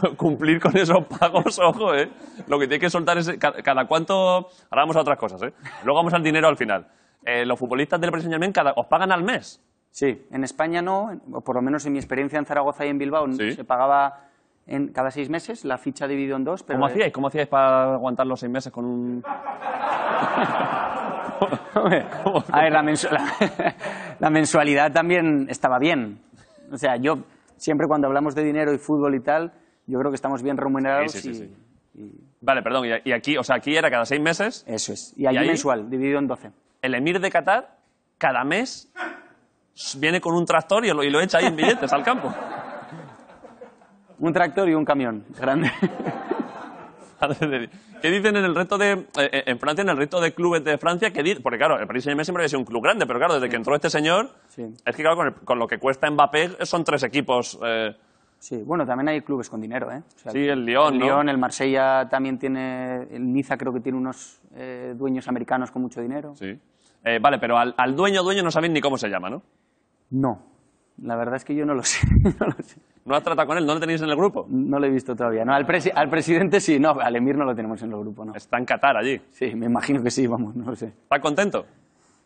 S1: Cu- Cumplir con esos pagos, ojo, ¿eh? Lo que tiene que soltar es ca- cada cuánto... Ahora vamos a otras cosas, ¿eh? Luego vamos al dinero al final. Eh, los futbolistas del Paris Saint-Germain cada- os pagan al mes.
S7: Sí, en España no, en- o por lo menos en mi experiencia en Zaragoza y en Bilbao
S1: Sí.
S7: se pagaba en cada seis meses la ficha dividido en dos. Pero
S1: ¿Cómo hacíais? ¿Cómo hacíais para aguantar los seis meses con un...? ¿Cómo-
S7: A ver, Ah, la, mensu- la- la mensualidad también estaba bien. O sea, yo siempre cuando hablamos de dinero y fútbol y tal, yo creo que estamos bien remunerados.
S1: Sí, sí, sí,
S7: y-
S1: sí. Vale, perdón. y- Y aquí, o sea, aquí era cada seis meses.
S7: Eso es. Y allí
S1: ahí?
S7: mensual, dividido en doce.
S1: El emir de Qatar, cada mes, viene con un tractor y lo, y lo echa ahí en billetes al campo.
S7: Un tractor y un camión grande.
S1: Madre de Dios. ¿Qué dicen en el resto de. eh, eh, en Francia, en el resto de clubes de Francia? ¿qué di- Porque claro, el Paris Saint-Germain siempre había sido un club grande, pero claro, desde que entró este señor.
S7: Sí.
S1: Es que claro, con, el- con lo que cuesta Mbappé son tres equipos. eh,
S7: Sí, bueno, también hay clubes con dinero, ¿eh? O sea,
S1: Sí, el Lyon,
S7: El
S1: ¿no?
S7: Lyon, el Marsella también tiene... El Niza creo que tiene unos eh, dueños americanos con mucho dinero.
S1: sí. Eh, vale, pero al, al dueño, dueño no sabéis ni cómo se llama, ¿no?
S7: No, la verdad es que yo no lo sé. No lo, sé.
S1: ¿No has tratado con él? ¿No le tenéis en el grupo?
S7: No lo he visto todavía. No, al, presi- al presidente sí, no, al emir no lo tenemos en el grupo, no.
S1: Está en Qatar allí.
S7: Sí, me imagino que sí, vamos, no lo sé.
S1: ¿Está contento?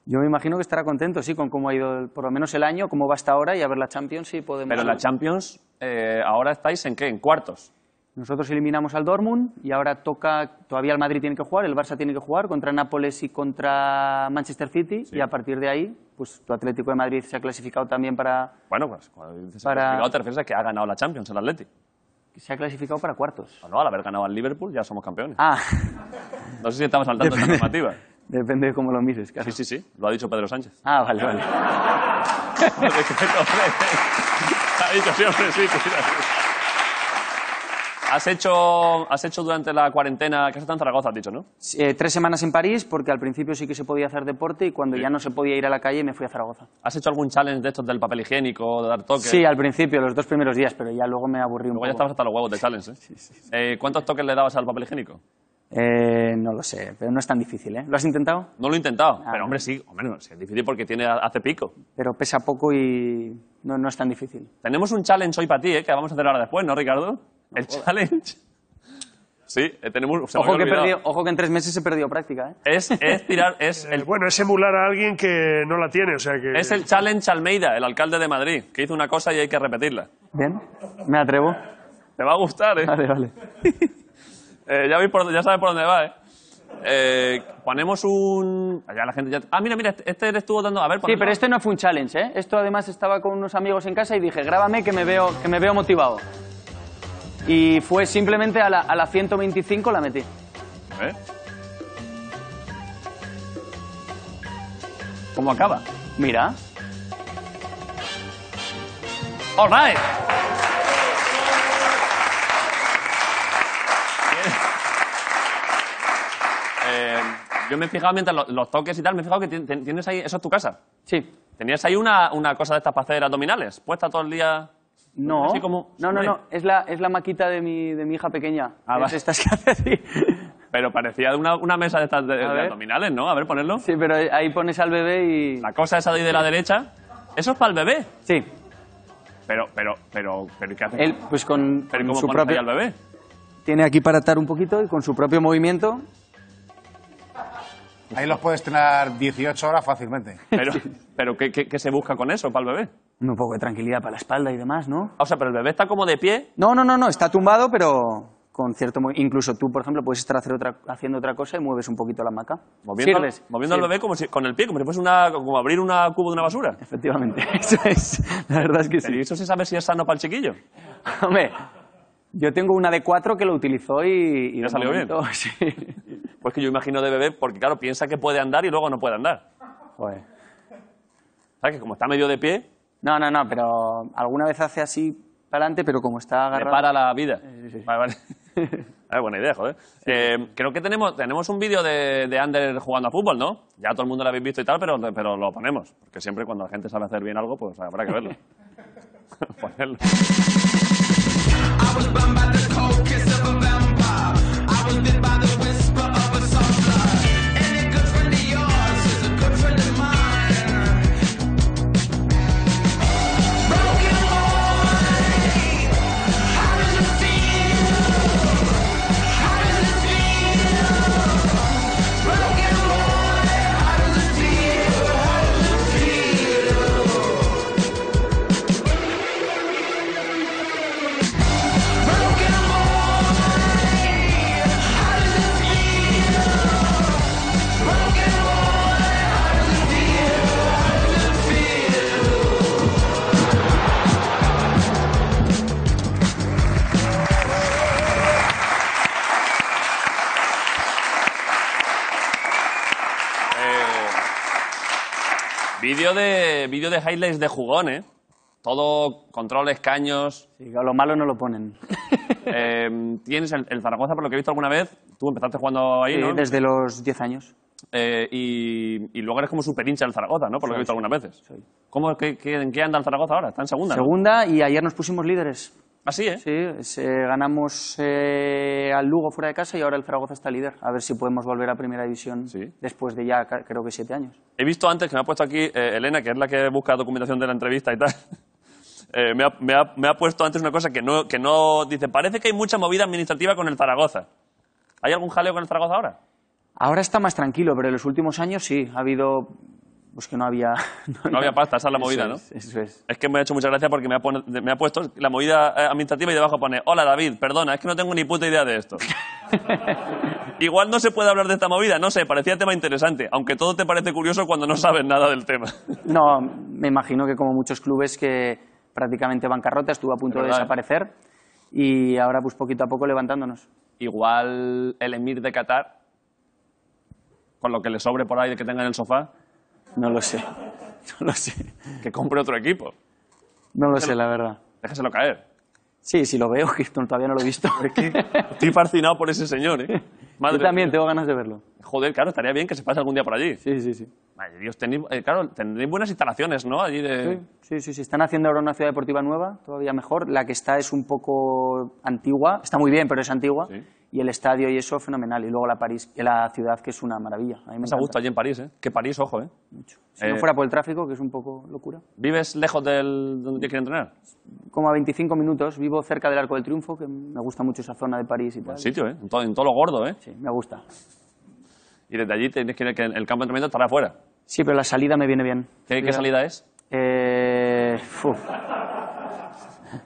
S7: Yo me imagino que estará contento, sí, con cómo ha ido el- por lo menos el año, cómo va hasta ahora y a ver la Champions si podemos...
S1: Pero en la Champions, eh, ahora estáis en qué? En cuartos.
S7: Nosotros eliminamos al Dortmund y ahora toca, todavía el Madrid tiene que jugar, el Barça tiene que jugar contra Nápoles y contra Manchester City y a partir de ahí, pues tu Atlético de Madrid se ha clasificado también para...
S1: Bueno, pues cuando dices
S7: Para-
S1: clasificado, te refieres a que ha ganado la Champions el Atleti.
S7: Se ha clasificado para cuartos.
S1: O no, al haber ganado al Liverpool ya somos campeones.
S7: Ah,
S1: No sé si estamos saltando esta normativa.
S7: depende de cómo lo mires, claro.
S1: Sí, sí, sí, lo ha dicho Pedro Sánchez.
S7: Ah, vale, vale.
S1: Lo de que te ofrece. ha dicho siempre, sí, cuidado. Has hecho, has hecho durante la cuarentena, que has estado en Zaragoza, has dicho, ¿no?
S7: Eh, tres semanas en París porque al principio sí que se podía hacer deporte y cuando ya no se podía ir a la calle me fui a Zaragoza.
S1: ¿Has hecho algún challenge de estos del papel higiénico, de dar toques?
S7: Sí, al principio, los dos primeros días, pero ya luego me aburrí un
S1: Luego ya
S7: poco.
S1: estabas hasta los huevos de challenge, ¿eh? Eh, ¿Cuántos toques le dabas al papel higiénico?
S7: Eh, no lo sé, pero no es tan difícil, ¿eh? ¿Lo has intentado?
S1: No lo he intentado,
S7: Ah,
S1: pero hombre, sí, hombre, no, sí, es difícil porque tiene, hace pico.
S7: Pero pesa poco y no, no es tan difícil.
S1: Tenemos un challenge hoy para ti, ¿eh? que vamos a hacer ahora después, ¿no, Ricardo? El challenge. Sí, eh, tenemos. se me
S7: Ojo que,
S1: había
S7: he
S1: olvidado.
S7: perdido- ojo que en tres meses he perdido práctica, ¿eh?
S1: Es, es tirar. Es
S3: Eh,
S1: el,
S3: Bueno, es emular a alguien que no la tiene, o sea que...
S1: es el challenge Almeida, el alcalde de Madrid, que hizo una cosa y hay que repetirla.
S7: Bien, me atrevo.
S1: Te va a gustar, ¿eh?
S7: Vale, vale.
S1: Eh, ya, veis por- ya sabes por dónde va, ¿eh? Eh, ponemos un. Allá la gente ya. Ah, mira, mira, este- este estuvo dando. A ver,
S7: Sí,
S1: ponemos-
S7: pero este no fue un challenge, ¿eh? Esto además estaba con unos amigos en casa y dije, grábame que me veo, que me veo motivado. Y fue simplemente a la, a la 125 la metí. este-
S1: ¿Eh? ¿Cómo acaba?
S7: Mira.
S1: All right. Eh, yo me he fijado mientras lo- los, toques y tal, me he fijado que tien- tien- tienes ahí, eso es tu casa.
S7: Sí.
S1: Tenías ahí una, una cosa de estas para hacer abdominales, puesta todo el día.
S7: No,
S1: Así como-
S7: no, no,
S1: Hombre.
S7: no. Es la, es la maquita de mi, de mi hija pequeña.
S1: Ah,
S7: es
S1: vale.
S7: estas que hace así.
S1: Pero parecía una, una mesa de estas de, de
S7: ver.
S1: abdominales, ¿no? A ver, ponerlo.
S7: Sí, pero ahí pones al bebé y...
S1: La cosa esa de ahí de la derecha, eso es para el bebé.
S7: Sí,
S1: Pero, pero, pero, pero ¿qué hace?
S7: él pues con,
S1: pero
S7: con
S1: ¿cómo
S7: su
S1: pones ahí
S7: propio...
S1: al bebé?
S7: Tiene aquí para atar un poquito y con su propio movimiento...
S4: Ahí los puedes tener 18 horas fácilmente.
S1: Pero, pero ¿qué, qué, qué se busca con eso para el bebé?
S7: Un poco de tranquilidad para la espalda y demás, ¿no?
S1: Ah, O sea, pero el bebé está como de pie
S7: No, no, no, no, está tumbado, pero con cierto movi- incluso tú, por ejemplo, puedes estar hacer otra, haciendo otra cosa y mueves un poquito la hamaca.
S1: Moviendo,
S7: Sirves,
S1: moviendo al
S7: sirve.
S1: bebé como si- con el pie, como si fuese una, como abrir una cubo de una basura.
S7: Efectivamente, eso es. La verdad es que
S1: Pero
S7: sí.
S1: eso se sabe si es sano para el chiquillo.
S7: Hombre, yo tengo una de cuatro que lo utilizó y... y
S1: ¿Ya
S7: de
S1: salió bien?
S7: momento, Sí.
S1: Pues que yo imagino de bebé, porque claro, piensa que puede andar y luego no puede andar.
S7: Joder.
S1: ¿Sabes? Que como está medio de pie,
S7: No, no, no, pero alguna vez hace así para adelante, pero como está
S1: le
S7: agarrado...
S1: para la vida.
S7: Sí, sí, sí.
S1: Vale, vale. Ah, buena idea, joder. Eh, creo que tenemos, tenemos un vídeo de, de Ander jugando a fútbol, ¿no? Ya todo el mundo lo habéis visto y tal, pero, pero lo ponemos. Porque siempre cuando la gente sabe hacer bien algo, pues habrá que verlo. Ponerlo.
S8: How does
S1: Eh, Vídeo de, vídeo de highlights de jugón, ¿eh? Todo controles, caños.
S7: Sí, claro, lo malo no lo ponen.
S1: Eh, tienes el, el Zaragoza, por lo que he visto alguna vez. Tú empezaste jugando ahí,
S7: Sí,
S1: ¿no?
S7: eh, desde los 10 años.
S1: Eh, y, y luego eres como super hincha del Zaragoza, ¿no? Por lo que he visto
S7: Soy,
S1: algunas veces.
S7: soy.
S1: ¿Cómo, qué, qué- ¿En qué anda el Zaragoza ahora? Está en segunda. ¿no?
S7: Segunda y ayer nos pusimos líderes.
S1: Así, ¿eh?
S7: Sí, es, eh, ganamos eh, al Lugo fuera de casa y ahora el Zaragoza está líder. A ver si podemos volver a primera división
S1: Sí.
S7: después de ya ca- creo que siete años.
S1: He visto antes que me ha puesto aquí eh, Elena, que es la que busca documentación de la entrevista y tal. Eh, me, ha, me ha- me ha puesto antes una cosa que no, que no. Dice, parece que hay mucha movida administrativa con el Zaragoza. ¿Hay algún jaleo con el Zaragoza ahora?
S7: Ahora está más tranquilo, pero en los últimos años sí, ha habido... Pues que no había...
S1: No había pasta, esa es la movida,
S7: Eso
S1: ¿no?
S7: es, Eso es.
S1: Es que me ha hecho mucha gracia porque me ha, pone- me ha puesto la movida eh, administrativa y debajo pone, hola David, perdona, es que no tengo ni puta idea de esto. Igual no se puede hablar de esta movida, no sé, parecía tema interesante, aunque todo te parece curioso cuando no sabes nada del tema.
S7: No, me imagino que como muchos clubes que prácticamente bancarrota, estuvo a punto
S1: Es
S7: de
S1: verdad, ¿eh?
S7: desaparecer y ahora pues poquito a poco levantándonos.
S1: Igual el emir de Qatar, con lo que le sobre por ahí que tenga en el sofá,
S7: No lo sé, no lo sé,
S1: que compre otro equipo.
S7: no lo sé la verdad.
S1: Déjeselo caer.
S7: Sí, sí lo veo, que todavía no lo he visto.
S1: Estoy fascinado por ese señor, ¿eh? Madre
S7: Yo también
S1: mía.
S7: tengo ganas de verlo.
S1: Joder, claro, estaría bien que se pase algún día por allí.
S7: Sí, sí, sí.
S1: Madre Dios, tenéis, eh, claro, tendréis buenas instalaciones, ¿no? Allí de...
S7: Sí, sí, sí, sí. Están haciendo ahora una ciudad deportiva nueva, todavía mejor. La que está es un poco antigua, está muy bien, pero es antigua.
S1: Sí.
S7: Y el estadio y eso, fenomenal. Y luego la, París, la ciudad, que es una maravilla. A mí me
S1: Más a
S7: encanta
S1: gusto allí en París, ¿eh? Que París, ojo, ¿eh?
S7: mucho. Si
S1: Eh,
S7: no fuera por el tráfico, que es un poco locura.
S1: ¿Vives lejos del donde tienes que entrenar?
S7: Como a 25 minutos, vivo cerca del Arco del Triunfo, que me gusta mucho esa zona de París y tal.
S1: Buen sitio, ¿eh? En todo, en todo lo gordo, ¿eh?
S7: Sí, me gusta.
S1: Y desde allí tienes que ir, que el campo de entrenamiento estará afuera.
S7: Sí, pero la salida me viene bien.
S1: ¿Qué, qué
S7: Ya.
S1: salida es?
S7: Eh, fu.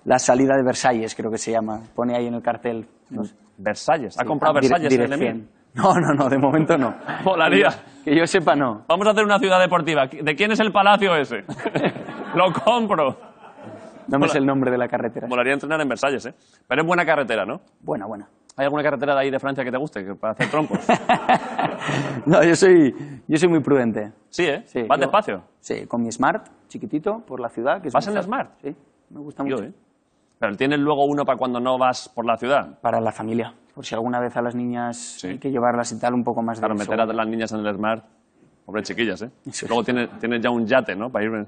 S7: La salida de Versalles, creo que se llama. Pone ahí en el cartel. No sé.
S1: Versalles. ¿Ha comprado
S7: Ah, Dire-
S1: Versalles ¿eh, el
S7: dirección.
S1: Emir?
S7: No, no, no, de momento no.
S1: Molaría.
S7: Que yo sepa, no.
S1: Vamos a hacer una ciudad deportiva. ¿De quién es el palacio ese? lo compro.
S7: No me es el nombre de la carretera.
S1: Molaría entrenar en Versalles, ¿eh? Pero es buena carretera, ¿no?
S7: Buena, buena.
S1: ¿Hay alguna carretera de ahí de Francia que te guste que- para hacer trompos?
S7: no, yo soy, yo soy muy prudente.
S1: sí, ¿eh?
S7: Sí,
S1: Vas
S7: yo-
S1: despacio.
S7: Sí, con mi Smart, chiquitito, por la ciudad. Que es
S1: ¿Vas
S7: muy
S1: en la
S7: fácil.
S1: Smart?
S7: Sí, me gusta
S1: Yo,
S7: mucho.
S1: ¿eh? Pero tienes luego uno para cuando no vas por la ciudad.
S7: Para la familia. Por si alguna vez a las niñas hay que llevarlas y tal un poco más de
S1: Claro,
S7: eso.
S1: meter a las niñas en el Smart. Pobre chiquillas, ¿eh?
S7: Eso es.
S1: Luego tienes, tienes ya un yate, ¿no? Para irme.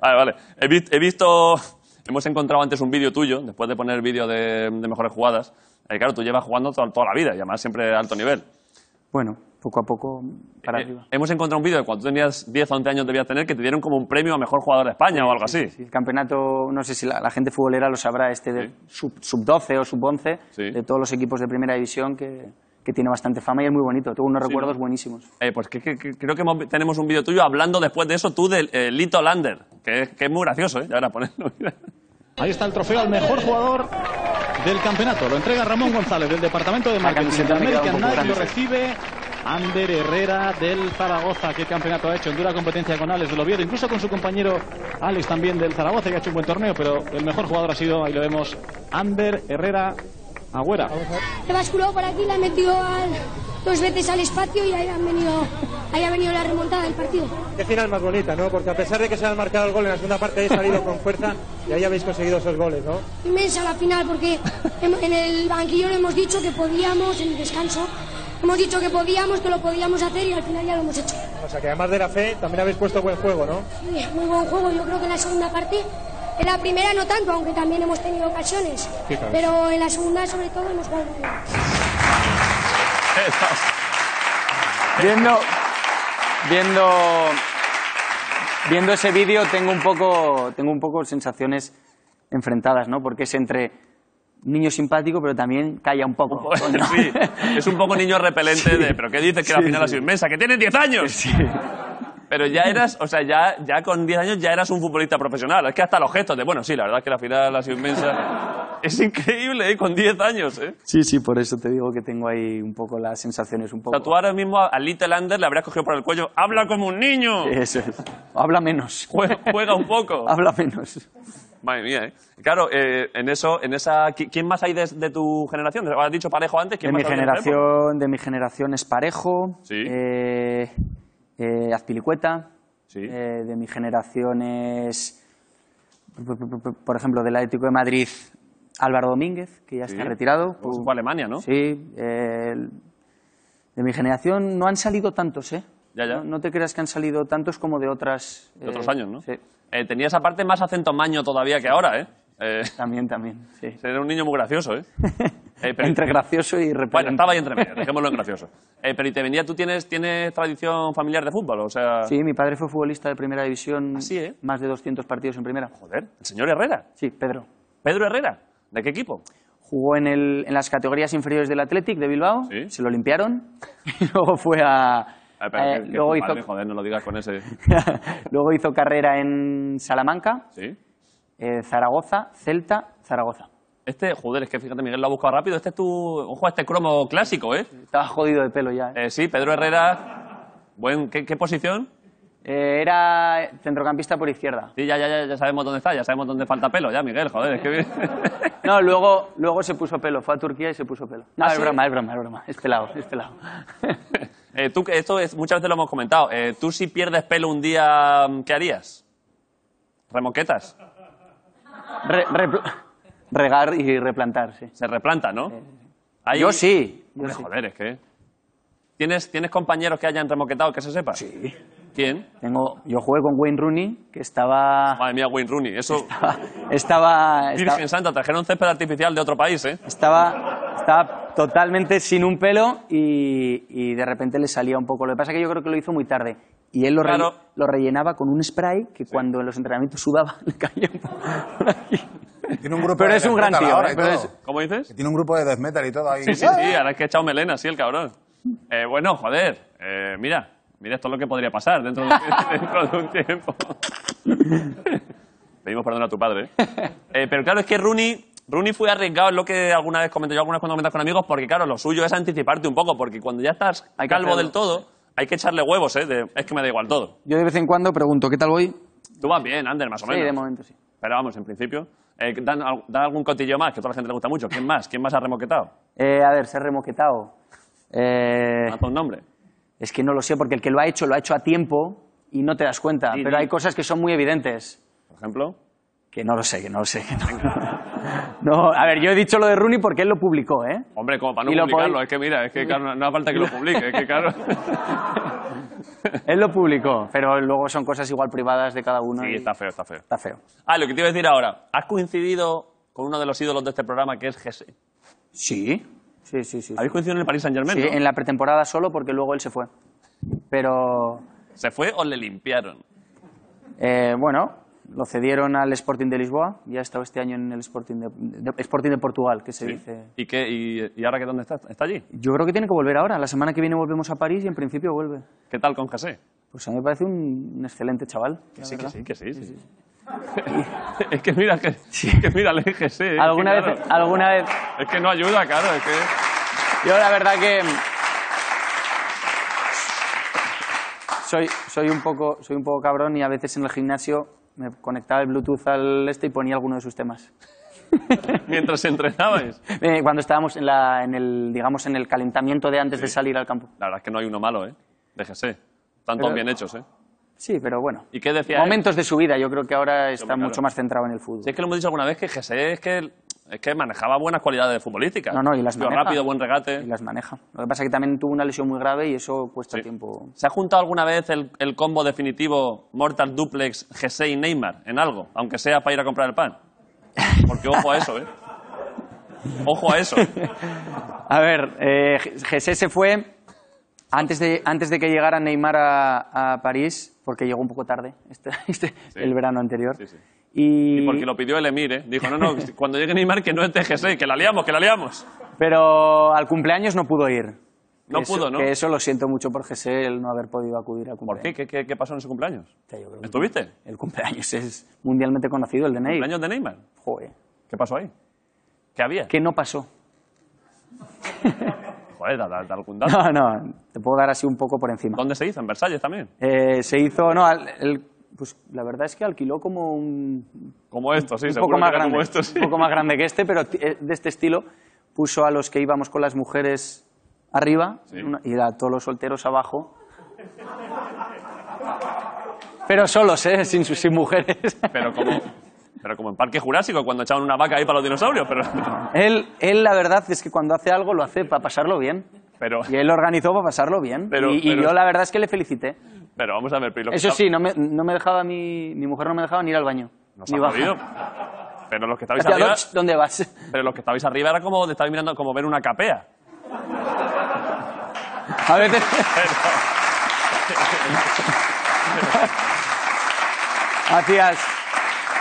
S1: vale, vale. He, vi- he visto. Hemos encontrado antes un vídeo tuyo, después de poner vídeo de, de mejores jugadas. Eh, claro, tú llevas jugando to- toda la vida y además siempre de alto nivel.
S7: Bueno, poco a poco para
S1: Eh,
S7: arriba.
S1: hemos encontrado un vídeo de cuando tú tenías 10 o 11 años, debías tener, que te dieron como un premio a mejor jugador de España o algo así.
S7: Sí, el campeonato, no sé si la, la gente futbolera lo sabrá, este de
S1: Sí.
S7: sub- sub-12 o sub-11,
S1: Sí.
S7: de todos los equipos de primera división que, que tiene bastante fama y es muy bonito. Tengo unos recuerdos buenísimos.
S1: Eh, pues que, que- que- creo que hemos- tenemos un vídeo tuyo hablando después de eso tú de eh, Lito Lander, que, es- que es muy gracioso, ¿eh? Ya verás, ponerlo.
S8: Ahí está el trofeo al mejor jugador del campeonato. Lo entrega Ramón González del departamento de marketing de
S7: camiseta me queda un
S8: American
S7: poco
S8: Knight. Lo
S7: grande, sí.
S8: recibe Ander Herrera del Zaragoza. Qué campeonato ha hecho en dura competencia con Alex del Oviedo. Incluso con su compañero Alex también del Zaragoza, que ha hecho un buen torneo. Pero el mejor jugador ha sido, ahí lo vemos, Ander Herrera Agüera.
S9: Se basculó por aquí, la metió al- dos veces al espacio y ahí, han venido, ahí ha venido la remontada del partido.
S10: Qué final más bonita, ¿no? Porque a pesar de que se han marcado el gol en la segunda parte, he salido con fuerza y ahí habéis conseguido esos goles, ¿no?
S9: Inmensa la final porque en, en el banquillo le hemos dicho que podíamos, en el descanso, hemos dicho que podíamos, que lo podíamos hacer y al final ya lo hemos hecho.
S10: O sea que además de la fe, también habéis puesto buen juego, ¿no?
S9: Sí, Muy buen juego, yo creo que en la segunda parte, en la primera no tanto, aunque también hemos tenido ocasiones, pero en la segunda sobre todo hemos jugado muy bien.
S7: Viendo, viendo, viendo ese vídeo tengo un poco, tengo un poco sensaciones enfrentadas, ¿no? Porque es entre niño simpático, pero también calla un poco. coño.
S1: sí, es un poco niño repelente
S7: Sí.
S1: de, pero ¿qué dices que la
S7: Sí,
S1: final ha
S7: sí.
S1: sido inmensa? ¡Que tienes 10 años! Pero ya eras, o sea, ya, ya con 10 años ya eras un futbolista profesional. Es que hasta los gestos de, bueno, sí, la verdad es que la final ha sido inmensa. Es increíble, ¿eh? Con 10 años, ¿eh?
S7: Sí, sí, por eso te digo que tengo ahí un poco las sensaciones un
S1: O
S7: poco.
S1: sea, tú ahora mismo a- al Little Under le habrías cogido por el cuello, ¡habla como un niño!
S7: Eso es. Habla menos.
S1: Juega, juega un poco.
S7: Habla menos.
S1: Madre mía, ¿eh? Claro, eh, en eso, en esa... ¿qui- ¿Quién más hay de, de tu generación? Has dicho Parejo antes.
S7: De
S1: ¿quién
S7: mi
S1: más había en esa época?
S7: generación, de mi generación es parejo.
S1: Sí.
S7: Eh, eh, Azpilicueta.
S1: Sí.
S7: Eh, de mi generación es, por ejemplo, del Atlético de Madrid, Álvaro Domínguez, que ya
S1: Sí.
S7: está retirado.
S1: Luego se fue a Alemania, ¿no?
S7: Sí. eh, de mi generación no han salido tantos, ¿eh?
S1: Ya, ya.
S7: No, no te creas que han salido tantos como de otras.
S1: De otros
S7: eh,
S1: años, ¿no?
S7: Sí,
S1: Eh, tenía esa parte más acento maño todavía que ahora, ¿eh? Eh,
S7: también, también. Sí.
S1: era un niño muy gracioso, ¿eh? Eh, pero-
S7: Entre gracioso y repelente.
S1: Bueno, estaba ahí entre medio, dejémoslo en gracioso. Eh, pero y te venía, ¿tú tienes, tienes tradición familiar de fútbol? O sea,
S7: Sí, mi padre fue futbolista de primera división.
S1: sí, ¿eh?
S7: Más de 200 partidos en primera.
S1: joder, el señor Herrera,
S7: Sí, Pedro.
S1: Pedro Herrera, ¿de qué equipo?
S7: Jugó en, el- en las categorías inferiores del Athletic de Bilbao.
S1: Sí.
S7: Se lo limpiaron. Y luego fue a.
S1: Ah, pero
S7: eh,
S1: que- que
S7: luego,
S1: tu
S7: hizo,
S1: madre, joder, no lo digas con ese.
S7: luego hizo carrera en Salamanca,
S1: Sí.
S7: eh, Zaragoza, Celta, Zaragoza.
S1: Este, joder, es que fíjate, Miguel lo ha buscado rápido. Este es tu. Ojo a este cromo clásico, ¿eh?
S7: Estaba jodido de pelo ya. ¿eh?
S1: Eh, sí, Pedro Herrera. Buen, ¿qué, qué posición?
S7: Eh, era centrocampista por izquierda.
S1: Sí, ya, ya, ya, ya sabemos dónde está, ya sabemos dónde falta pelo, ya, Miguel, joder, es que. bien.
S7: No, luego, luego se puso pelo. Fue a Turquía y se puso pelo. No,
S1: ¿Ah,
S7: es
S1: sí?
S7: broma, es broma, es broma. Es pelado, es pelado.
S1: Eh, tú, esto es, muchas veces lo hemos comentado. Eh, tú si pierdes pelo un día, mm, ¿qué harías? Remoquetas.
S7: Re- repl- regar y replantar, sí.
S1: Se replanta, ¿no? Ahí-
S7: Yo sí. yo
S1: Hombre,
S7: sí.
S1: joder, es que. ¿Tienes, ¿Tienes compañeros que hayan remoquetado que se sepa? Sí. ¿Quién?
S7: Tengo, yo jugué con Wayne Rooney, que estaba...
S1: Madre mía, Wayne Rooney. Eso.
S7: Estaba, estaba,
S1: Virgen Santa, trajeron césped artificial de otro país, ¿eh?
S7: estaba, estaba totalmente sin un pelo y, y de repente le salía un poco. Lo que pasa es que yo creo que lo hizo muy tarde. Y él lo, relle-
S1: Claro.
S7: lo rellenaba con un spray que cuando en los entrenamientos sudaba le caía un poco por aquí.
S4: Tiene un grupo
S7: Pero
S4: de
S7: es un
S4: death
S7: gran
S4: metal
S7: tío.
S4: ahora
S7: ¿eh?
S4: y todo.
S7: Entonces,
S1: ¿Cómo dices?
S4: Que tiene un grupo de death metal y todo ahí.
S1: Sí, sí,
S7: Ah.
S1: sí, ahora es que he echado melena, sí, el cabrón. Eh, bueno, joder, eh, mira, mira esto es lo que podría pasar dentro de, dentro de un tiempo. Pedimos perdón a tu padre. ¿eh? Eh, pero claro, es que Rooney, Rooney fue arriesgado, es lo que alguna vez comenté yo, algunas cuando comentas con amigos, porque claro, lo suyo es anticiparte un poco, porque cuando ya estás
S7: Hay que
S1: calvo
S7: hacerlo.
S1: del todo, hay que echarle huevos, ¿eh? de, es que me da igual todo.
S7: yo de vez en cuando pregunto, ¿qué tal voy?
S1: Tú vas bien, Ander, más o
S7: Sí,
S1: menos.
S7: de momento sí.
S1: Pero vamos, en principio, eh, dan, al- dan algún cotillo más, que a toda la gente le gusta mucho. ¿Quién más? ¿Quién más ha remoquetado?
S7: Eh, a ver, se ha remoquetado. Eh,
S1: Lanza un nombre.
S7: es que no lo sé, porque el que lo ha hecho, lo ha hecho a tiempo y no te das cuenta.
S1: Sí,
S7: pero
S1: sí.
S7: hay cosas que son muy evidentes.
S1: Por ejemplo.
S7: Que no lo sé, que no lo sé. que no. No, a ver, yo he dicho lo de Rooney porque él lo publicó, ¿eh?
S1: Hombre, como para no
S7: Y lo
S1: publicarlo,
S7: podéis-
S1: es que mira, es que claro, no- no hace falta que lo publique, es que claro.
S7: Él lo publicó, pero luego son cosas igual privadas de cada uno.
S1: Sí,
S7: y
S1: está feo, está feo.
S7: está feo.
S1: Ah, lo que te iba a decir ahora, ¿has coincidido con uno de los ídolos de este programa que es Jesse?
S7: Sí. Sí, sí, sí.
S1: ¿Habéis coincidido en el Paris Saint Germain?
S7: Sí, en la pretemporada solo porque luego él se fue. Pero,
S1: ¿Se fue o le limpiaron?
S7: eh, bueno, lo cedieron al Sporting de Lisboa y ha estado este año en el Sporting de, de- Sporting de Portugal, que se dice.
S1: ¿Y, qué, y, y ahora qué dónde está? ¿Está allí?
S7: Yo creo que tiene que volver ahora. La semana que viene volvemos a París y en principio vuelve.
S1: ¿Qué tal con Jesse?
S7: Pues a mí me parece un, un excelente chaval. la
S1: Sí, que
S7: verdad.
S1: sí, que sí. sí. es que mira, que, que mira, le Jesse. es
S7: ¿Alguna,
S1: que,
S7: vez,
S1: claro,
S7: alguna vez
S1: Es que no ayuda, claro, es que.
S7: Yo la verdad que soy, soy, un poco, soy un poco cabrón y a veces en el gimnasio me conectaba el Bluetooth al este y ponía alguno de sus temas.
S1: Mientras entrenabais.
S7: Eh, Cuando estábamos en, la, en el, digamos, en el calentamiento de antes de salir al campo.
S1: La verdad es que no hay uno malo, ¿eh? De Jesse. Están todos
S7: Pero-
S1: bien hechos, ¿eh?
S7: Sí, pero bueno.
S1: ¿Y qué decía? él?
S7: Momentos de su vida, yo creo que ahora está
S1: claro.
S7: mucho más centrado en el fútbol.
S1: Si es que lo hemos dicho alguna vez que Jesse es que, es que manejaba buenas cualidades futbolísticas.
S7: No, no, y las
S1: Tío
S7: maneja.
S1: rápido, buen regate.
S7: Y las maneja. Lo que pasa es que también tuvo una lesión muy grave y eso cuesta
S1: Sí.
S7: tiempo.
S1: ¿Se ha juntado alguna vez el, el combo definitivo Mortal Duplex, Jesse y Neymar en algo? Aunque sea para ir a comprar el pan. Porque ojo a eso, ¿eh? Ojo a eso.
S7: A ver, eh, Gessé se fue antes de, antes de que llegara Neymar a, a París, porque llegó un poco tarde este, este- el verano anterior.
S1: Sí, sí.
S7: Y,
S1: Y porque lo pidió el Emir, ¿eh? Dijo, no, no, cuando llegue Neymar que no esté Jesse, que la liamos, que la liamos.
S7: Pero al cumpleaños no pudo ir.
S1: No
S7: Que eso-
S1: pudo, ¿no?
S7: Que eso lo siento mucho por Gessé, el no haber podido acudir al
S1: ¿Por
S7: cumpleaños.
S1: qué? ¿Qué, qué- qué pasó en su cumpleaños?
S7: O sea, yo creo que
S1: ¿Estuviste?
S7: El cumpleaños es mundialmente conocido, el de Neymar.
S1: ¿Cumpleaños de Neymar?
S7: Joder,
S1: ¿Qué pasó ahí? ¿Qué había?
S7: que no pasó.
S1: Joder, da, da- da algún dato.
S7: No, no, te puedo dar así un poco por encima.
S1: ¿Dónde se hizo? ¿En Versalles también?
S7: Eh, se hizo, no, al- el- pues la verdad es que alquiló como un
S1: Como esto, sí,
S7: un
S1: seguro
S7: poco más
S1: que era
S7: grande,
S1: como esto, sí.
S7: un poco más grande que este, pero ti- eh, de este estilo puso a los que íbamos con las mujeres arriba
S1: Sí.
S7: una- y a todos los solteros abajo. Pero solos, ¿eh? Sin, sus- sin mujeres.
S1: Pero como, pero como en Parque Jurásico, cuando echaban una vaca ahí para los dinosaurios. Pero,
S7: Él, él, la verdad, es que cuando hace algo lo hace para pasarlo bien.
S1: pero,
S7: Y él lo organizó para pasarlo bien.
S1: Pero-
S7: y, y
S1: pero-
S7: yo, la verdad, es que le felicité.
S1: pero vamos a ver. pero lo que
S7: Eso
S1: está-
S7: sí, no me, no me dejaba mi, mi mujer no me dejaba ni ir al baño.
S1: nos
S7: ni
S1: ha
S7: bajar.
S1: jodido. Pero los que estabais
S7: Hacía,
S1: arriba...
S7: "Doch, ¿Dónde vas?
S1: Pero los que estabais arriba era como de estabais mirando como ver una capea.
S7: A veces. Hacías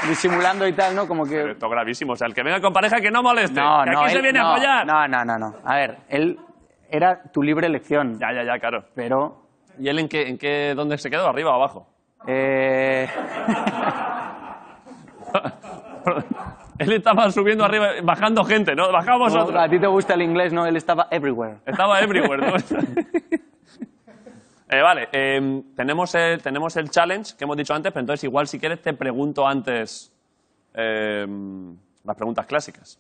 S7: disimulando y tal, ¿no? Como
S1: Pero
S7: que.
S1: esto es gravísimo. O sea, el que venga con pareja que no moleste.
S7: No,
S1: que
S7: no.
S1: aquí se
S7: él-
S1: viene
S7: no,
S1: a apoyar.
S7: No, no, no, no. A ver, él era tu libre elección,
S1: Ya, ya, ya, claro.
S7: pero.
S1: ¿Y él en qué, en qué, dónde se quedó? ¿Arriba o abajo?
S7: eh,
S1: él estaba subiendo arriba, bajando gente, ¿no? Bajaba vosotros.
S7: como a ti te gusta el inglés, ¿no? Él estaba everywhere.
S1: Estaba everywhere. ¿no? Eh, vale, eh, tenemos, el, tenemos el challenge que hemos dicho antes, pero entonces igual si quieres te pregunto antes eh, las preguntas clásicas.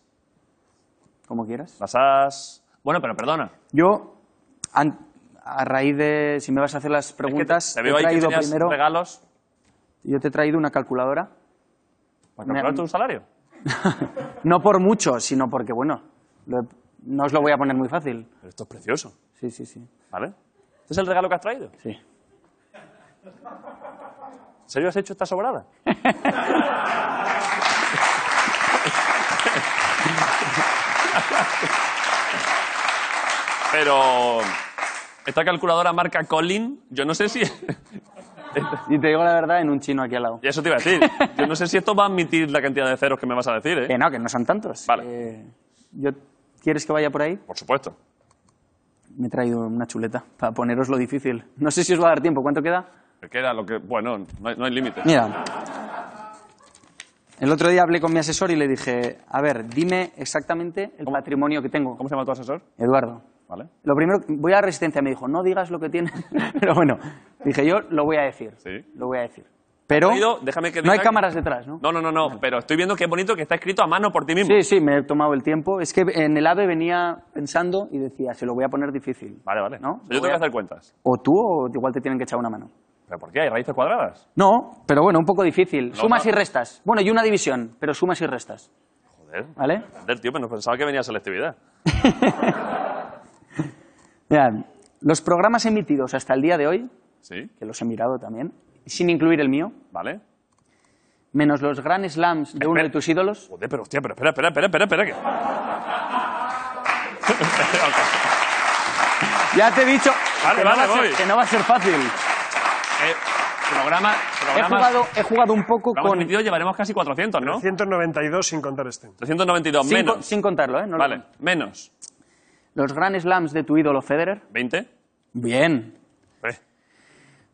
S7: Como quieras.
S1: Las has... Bueno, pero perdona.
S7: Yo, an- a raíz de. Si me vas a hacer las preguntas,
S1: te veo
S7: he
S1: ahí que
S7: traído
S1: tenías
S7: primero.
S1: regalos
S7: Yo te he traído una calculadora.
S1: para
S7: Me-
S1: calcular tu salario.
S7: No por mucho, sino porque, bueno, lo- no os lo voy a poner muy fácil.
S1: Pero esto es precioso,
S7: Sí, sí, sí.
S1: ¿vale? ¿Este es el regalo que has traído?
S7: sí.
S1: ¿En serio has hecho esta sobrada? Pero esta calculadora marca Colin, yo no sé si...
S7: Y te digo la verdad, en un chino aquí al lado.
S1: Y eso te iba a decir. Yo no sé si esto va a admitir la cantidad de ceros que me vas a decir,
S7: Que
S1: ¿eh?
S7: no, que no son tantos.
S1: Vale.
S7: Eh, yo, ¿Quieres que vaya por ahí?
S1: Por supuesto.
S7: Me he traído una chuleta para poneros lo difícil. No sé si os va a dar tiempo. ¿Cuánto queda?
S1: Me Queda lo que... Bueno, no hay, no hay límite.
S7: Mira. El otro día hablé con mi asesor y le dije, a ver, dime exactamente el patrimonio que tengo.
S1: ¿Cómo se llama tu asesor?
S7: Eduardo.
S1: ¿Vale?
S7: Lo primero, voy a la resistencia, me dijo, no digas lo que tienes. Pero bueno, dije, yo lo voy a decir.
S1: Sí.
S7: Lo voy a decir. Pero
S1: Oído, déjame que
S7: no hay
S1: diga-
S7: cámaras detrás, ¿no?
S1: No, no, no, no. Pero estoy viendo que es bonito que está escrito a mano por ti mismo.
S7: Sí, sí, me he tomado el tiempo. Es que en el AVE venía pensando y decía, se lo voy a poner difícil.
S1: Vale, vale.
S7: ¿No?
S1: Yo tengo
S7: Voy
S1: que
S7: a-
S1: hacer cuentas.
S7: O tú o igual te tienen que echar una mano.
S1: ¿Pero por qué? ¿Hay raíces cuadradas?
S7: No, pero bueno, un poco difícil.
S1: No,
S7: sumas
S1: no.
S7: y restas. Bueno, y una división, pero sumas y restas.
S1: Joder.
S7: ¿Vale?
S1: Del tío, pero no pensaba que venía selectividad.
S7: Mirad, los programas emitidos hasta el día de hoy,
S1: Sí,
S7: que los he mirado también, sin incluir el mío,
S1: vale.
S7: menos los Grand Slams de uno de tus ídolos,
S1: Joder, pero hostia, pero espera, espera, espera, espera, espera. que-
S7: ya te he dicho
S1: Vale,
S7: que,
S1: vale,
S7: no va a ser-
S1: voy.
S7: que no va a ser fácil.
S1: Eh, programa,
S7: He
S1: programas,
S7: jugado, he jugado un poco
S1: programas
S7: con...
S1: emitidos llevaremos casi 400, ¿no?
S3: 192 sin contar este.
S1: 392
S7: Sin, co-
S1: menos.
S7: sin contarlo, ¿eh? No lo-
S1: Vale, menos.
S7: Los Grand Slams de tu ídolo Federer.
S1: 20. Eh,
S7: Bien. Eh.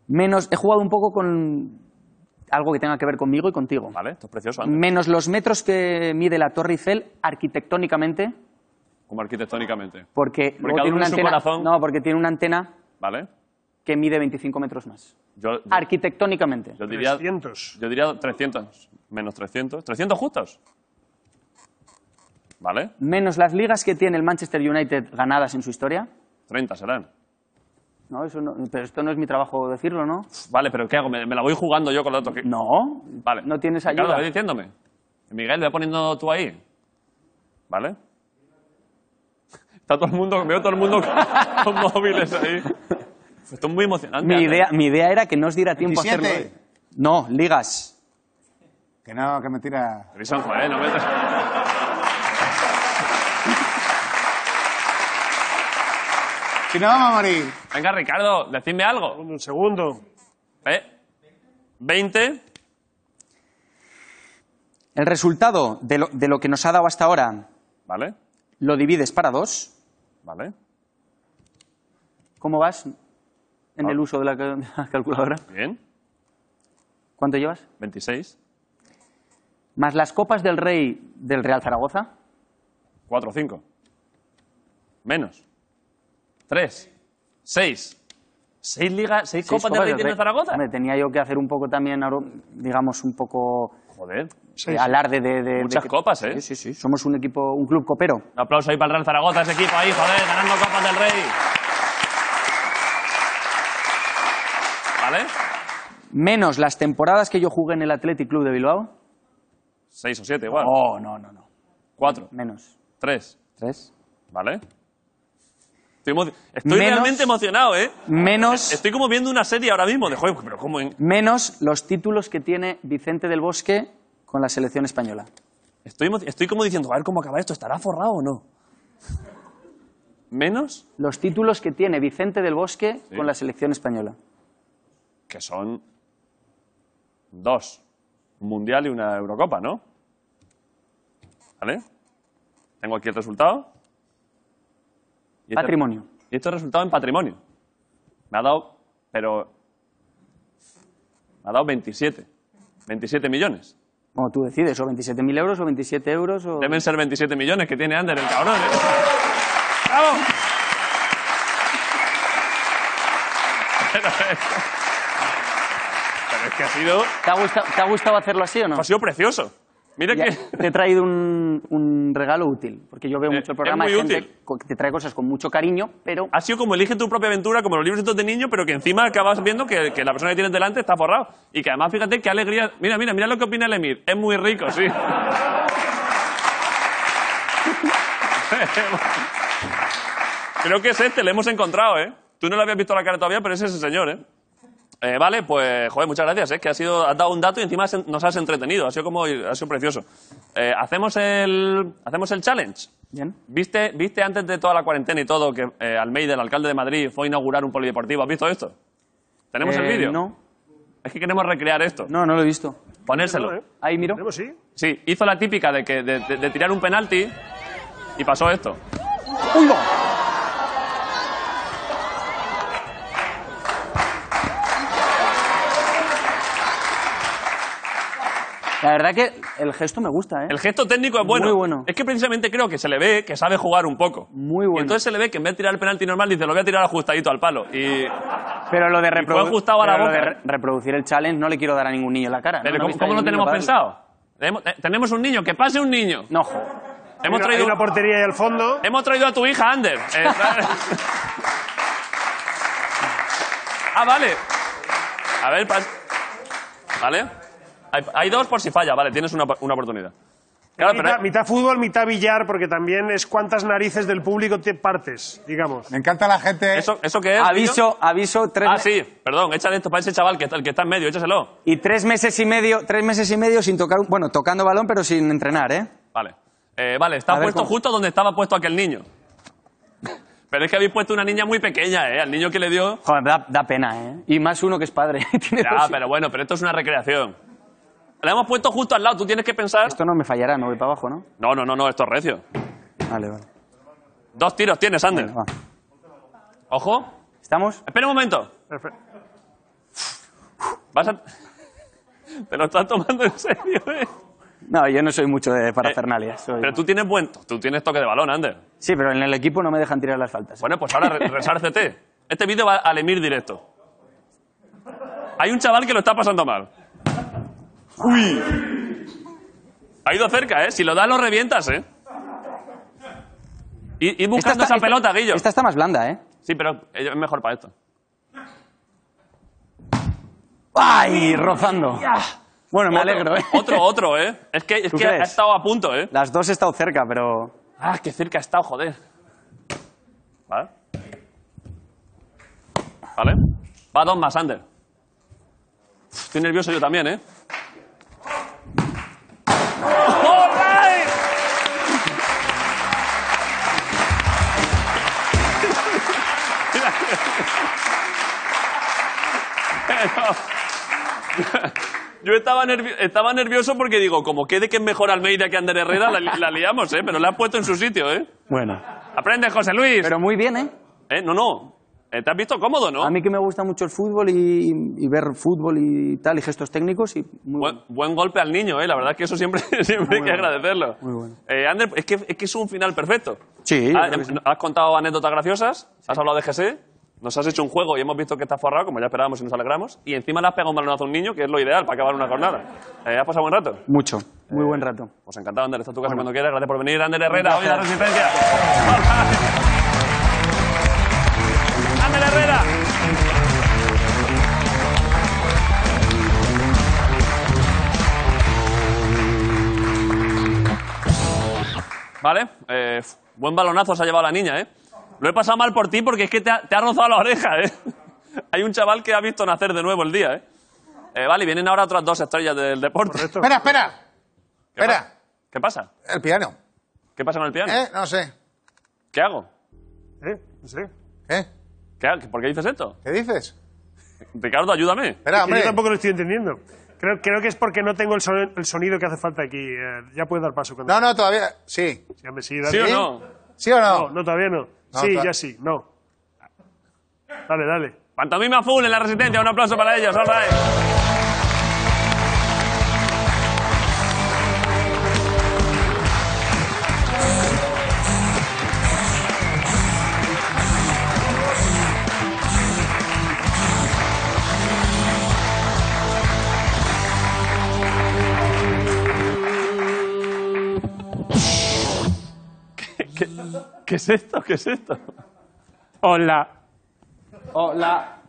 S7: Menos, he jugado un poco con algo que tenga que ver conmigo y contigo.
S1: vale, esto es precioso. ¿eh? Ander.
S7: Menos los metros que mide la Torre Eiffel arquitectónicamente,
S1: Como arquitectónicamente.
S7: porque, luego
S1: cada
S7: tiene
S1: uno
S7: una
S1: en su
S7: antena.
S1: corazón.
S7: No, porque tiene una antena
S1: Vale.
S7: que mide 25 metros más.
S1: Yo, yo-
S7: Arquitectónicamente.
S1: yo diría,
S3: 300.
S1: yo diría 300. Menos 300. 300 justos. Vale,
S7: Menos las ligas que tiene el Manchester United ganadas en su historia.
S1: 30 serán.
S7: No, eso no- pero esto no es mi trabajo decirlo, ¿no?
S1: Pf, Vale, pero ¿qué hago? ¿Me, me la voy jugando yo con los datos? que-
S7: No.
S1: Vale.
S7: No tienes
S1: Claro,
S7: ayuda.
S1: ve diciéndome. Miguel, ve poniendo tú ahí. ¿Vale? Está todo el mundo, veo todo el mundo con- con móviles ahí. Estoy muy emocionante.
S7: mi,
S1: Ander.
S7: idea, mi idea era que no os diera tiempo a
S4: 27.
S7: hacerlo. hoy. No, ligas.
S4: Que no, que me tira.
S1: Revisión, joder, no me...
S4: Si no, vamos a morir.
S1: Venga, Ricardo, decidme algo.
S3: Un segundo.
S1: ¿Eh? 20.
S7: El resultado de lo, de lo que nos ha dado hasta ahora
S1: Vale,
S7: lo divides para dos.
S1: vale.
S7: ¿Cómo vas en
S1: Ah.
S7: el uso de la, ca- de la calculadora?
S1: Bien.
S7: ¿Cuánto llevas?
S1: 26.
S7: Más las copas del rey del Real Zaragoza.
S1: 4, 5. Menos. 3. 6. 6 ligas, 6
S7: Seis
S1: copas de Rey tiene
S7: Rey.
S1: Zaragoza.
S7: Hombre, tenía yo que hacer un poco también, ahora, digamos, un poco
S1: Joder.
S7: eh, alarde de, de- de
S1: Muchas
S7: que-
S1: copas, ¿eh?
S7: Sí, sí, sí. Somos un equipo, un club copero.
S1: Un aplauso ahí para el Real Zaragoza, ese equipo ahí, joder, ganando Copas del Rey. ¿Vale?
S7: menos las temporadas que yo jugué en el Athletic Club de Bilbao.
S1: Seis o siete, igual.
S7: No, no, no, no.
S1: Cuatro.
S7: Menos.
S1: Tres.
S7: Tres.
S1: ¿Vale? Estoy, emo- estoy
S7: Menos-
S1: realmente emocionado, ¿eh?
S7: Menos.
S1: Estoy como viendo una serie ahora mismo de juego, pero ¿cómo? en-
S7: menos los títulos que tiene Vicente del Bosque con la selección española.
S1: Estoy, emo- estoy como diciendo, a ver cómo acaba esto, ¿estará forrado o no? Menos
S7: Los títulos que tiene Vicente del Bosque
S1: Sí.
S7: con la selección española.
S1: que son dos, un mundial y una Eurocopa, ¿no? ¿Vale? Tengo aquí el resultado. Y este-
S7: Patrimonio.
S1: y este resultado en patrimonio. Me ha dado, pero... Me ha dado 27. 27 millones.
S7: Como tú decides, o 27.000 euros o 27 euros o...
S1: Deben ser 27 millones que tiene Ander, el cabrón. ¿eh? ¡Bravo! Pero, eh, pero es que ha sido,
S7: ¿Te ha, gusta- te ha gustado hacerlo así o no?
S1: ha sido precioso. Mira
S7: Ya,
S1: que...
S7: te he traído un, un regalo útil, porque yo veo
S1: Eh,
S7: mucho el
S1: es
S7: programa de
S1: muy
S7: gente
S1: útil. Ah,
S7: co- que te trae cosas con mucho cariño, pero
S1: Ha sido como elige tu propia aventura, como los libros estos de niño, pero que encima acabas viendo que, que la persona que tienes delante está forrado. Y que además, fíjate, qué alegría. Mira, mira, mira lo que opina el Emir. Es muy rico, sí. Creo que es este, le hemos encontrado, ¿eh? Tú no le habías visto la cara todavía, pero es ese señor, ¿eh? Eh, vale, pues, joder, muchas gracias, ¿eh? Que has, sido, has dado un dato y encima has en- nos has entretenido. Ha sido como, ha sido precioso. Eh, ¿hacemos, el, ¿Hacemos el challenge?
S7: Bien.
S1: ¿Viste, ¿Viste antes de toda la cuarentena y todo que eh, Almeida, el alcalde de Madrid, fue a inaugurar un polideportivo? ¿Has visto esto? ¿Tenemos el
S7: eh,
S1: vídeo?
S7: No,
S1: Es que queremos recrear esto.
S7: no, eh. no lo he visto.
S1: Ponérselo.
S7: Ahí miro.
S3: Tenemos, sí.
S1: Sí, hizo la típica de, que, de, de- de tirar un penalti y pasó esto.
S7: La verdad que el gesto me gusta, ¿eh?
S1: El gesto técnico es bueno.
S7: Muy bueno.
S1: Es que precisamente creo que se le ve que sabe jugar un poco.
S7: Muy bueno.
S1: Y entonces se le ve que en vez de tirar el penalti normal dice, lo voy a tirar ajustadito al palo. Y
S7: Pero lo de,
S1: fue
S7: reprodu-
S1: ajustado a la
S7: pero lo
S1: boca,
S7: de
S1: ¿eh?
S7: re- reproducir el challenge no le quiero dar a ningún niño en la cara.
S1: Pero
S7: ¿no? ¿No
S1: ¿cómo,
S7: viste
S1: cómo
S7: ahí
S1: lo
S7: un niño
S1: tenemos
S7: para darle?
S1: pensado? Tenemos- eh, Tenemos un niño, que pase un niño.
S7: No, joder.
S1: Hemos
S3: Hay una-
S1: traído Eh,
S3: hay una portería ahí al fondo.
S1: Hemos traído a tu hija, Ander. Eh, ah, vale. A ver, pas- ¿Vale? Hay, hay dos por si falla, vale, tienes una, una oportunidad. Claro, pero-
S3: mitad, mitad fútbol, mitad billar, porque también es cuántas narices del público te partes, digamos.
S4: Me encanta la gente.
S1: ¿eso, ¿eso qué es? tío?
S7: Aviso, aviso, tres
S1: Ah, sí, perdón, échale esto para ese chaval que está, el que está en medio, échaselo.
S7: y tres meses y medio, tres meses y medio sin tocar, un- bueno, tocando balón pero sin entrenar, ¿eh?
S1: Vale. Eh, vale, está
S7: A ver,
S1: puesto
S7: ¿cómo?
S1: justo donde estaba puesto aquel niño. Pero es que habéis puesto una niña muy pequeña, ¿eh? Al niño que le dio.
S7: Joder, da, da pena, ¿eh? Y más uno que es padre. Tiene
S1: Ya,
S7: dos-
S1: pero bueno, pero esto es una recreación. La hemos puesto justo al lado, tú tienes que pensar.
S7: Esto no me fallará, me voy para abajo, ¿no?
S1: No, no, no, no, esto es recio.
S7: Vale, vale.
S1: Dos tiros tienes, Ander.
S7: Venga, va.
S1: Ojo.
S7: ¿Estamos?
S1: Espera un momento. Vas a... Te lo estás tomando en serio, ¿eh?
S7: No, yo no soy mucho de parafernalia. soy-
S1: Pero tú tienes buen... Tú tienes toque de balón, Ander.
S7: Sí, pero en el equipo no me dejan tirar las faltas. ¿eh?
S1: Bueno, pues ahora re- resárcete. Este vídeo va al Emir directo. Hay un chaval que lo está pasando mal. ¡Uy! Ha ido cerca, ¿eh? Si lo das, lo revientas, ¿eh? Y, y
S7: Esta
S1: buscando
S7: está-
S1: esa
S7: esta-
S1: pelota, Guillo.
S7: Esta está más blanda, ¿eh?
S1: Sí, pero es mejor para esto.
S7: ¡Ay! Rozando. Bueno, me alegro, ¿eh?
S1: Otro, otro, ¿eh? Es que, es
S7: ¿Tú
S1: que ha ha
S7: crees?
S1: estado a punto, ¿eh?
S7: Las dos he estado cerca, pero.
S1: Ah, qué cerca ha estado, joder. Vale. Vale. Va dos más, Ander. Estoy nervioso yo también, ¿eh? ¡All right! Mira. Pero- Yo estaba, nervi- estaba nervioso porque digo, como quede que es mejor Almeida que Ander Herrera, la, li- la liamos, ¿eh? Pero la has puesto en su sitio, ¿eh?
S7: Bueno.
S1: Aprende, José Luis.
S7: Pero muy bien, ¿eh?
S1: Eh, no, no. Eh, te has visto cómodo, ¿no?
S7: A mí que me gusta mucho el fútbol y, y ver fútbol y tal, y gestos técnicos, y muy
S1: Buen, buen golpe al niño, ¿eh? La verdad es que eso siempre, siempre hay que agradecerlo.
S7: muy bueno.
S1: Eh, Ander, es que, es que es un final perfecto.
S7: Sí, yo
S1: Ha-
S7: creo que sí.
S1: Has contado anécdotas graciosas, has hablado de GC, nos has hecho un juego y hemos visto que estás forrado, como ya esperábamos y nos alegramos, y encima le has pegado un balonazo a un niño, que es lo ideal para acabar una jornada. Eh, ¿Has pasado buen rato?
S7: Mucho. Muy buen rato.
S1: Pues encantado, Ander. Está en tu casa cuando quieras. Gracias por venir, Ander Herrera. Hoy en la Resistencia. Ander Herrera. ¿Vale? Eh, f- buen balonazo se ha llevado la niña, ¿eh? Lo he pasado mal por ti porque es que te ha, te ha rozado la oreja, ¿eh? Hay un chaval que ha visto nacer de nuevo el día, ¿eh? Eh, vale, y vienen ahora otras dos estrellas del deporte.
S4: Espera, espera.
S1: ¿Qué
S4: espera.
S1: pasa? ¿Qué pasa?
S4: El piano.
S1: ¿Qué pasa con el piano?
S4: ¿Eh? No sé.
S1: ¿Qué hago?
S3: ¿Eh? No sé.
S4: ¿Eh?
S1: ¿Qué ha- ¿Por qué dices esto?
S4: ¿Qué dices?
S1: Ricardo, ayúdame.
S4: Espera,
S3: Que yo
S4: Ah, hombre.
S3: tampoco lo estoy entendiendo. Creo, creo que es porque no tengo el, son- el sonido que hace falta aquí. Eh, ya puedes dar paso. Cuando...
S4: No, no, todavía. Sí.
S3: Sí, hombre, sí, dale.
S1: ¿Sí o
S4: ¿Sí?
S1: no?
S4: ¿Sí o no?
S3: No, no, todavía no.
S4: No,
S3: sí,
S4: ta-
S3: ya sí. No. Dale, dale.
S1: Pantomima full en la Resistencia. Un aplauso para ellos. All right. ¿Qué- qué- ¿Qué es esto? ¿Qué es esto?
S2: Hola,
S7: Hola.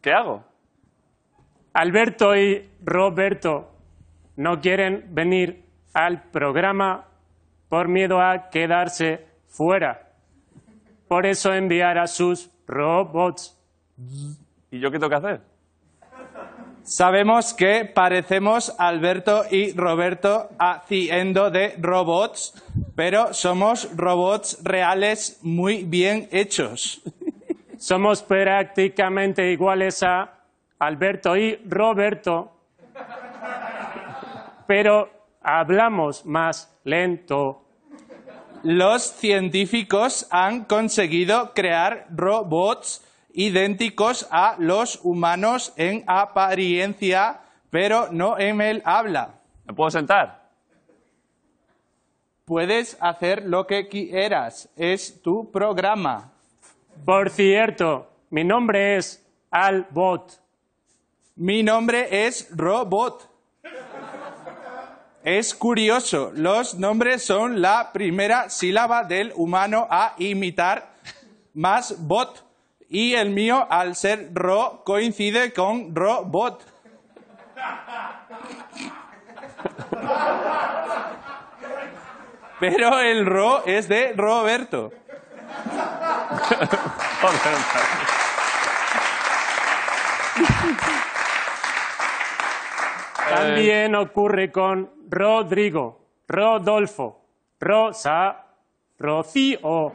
S1: ¿Qué hago?
S2: Alberto y Roberto no quieren venir al programa por miedo a quedarse fuera. Por eso enviar a sus robots.
S1: ¿Y yo qué tengo que hacer?
S11: Sabemos que parecemos Alberto y Roberto haciendo de robots, pero somos robots reales muy bien hechos.
S2: Somos prácticamente iguales a Alberto y Roberto, pero hablamos más lento.
S11: Los científicos han conseguido crear robots idénticos a los humanos en apariencia, pero no en el habla.
S1: ¿Me puedo sentar?
S11: Puedes hacer lo que quieras, es tu programa.
S2: Por cierto, mi nombre es Albot.
S11: Mi nombre es Robot. Es curioso, los nombres son la primera sílaba del humano a imitar más bot y el mío al ser ro coincide con robot. Pero el ro es de Roberto.
S2: También ocurre con Rodrigo, Rodolfo, Rosa, Rocío.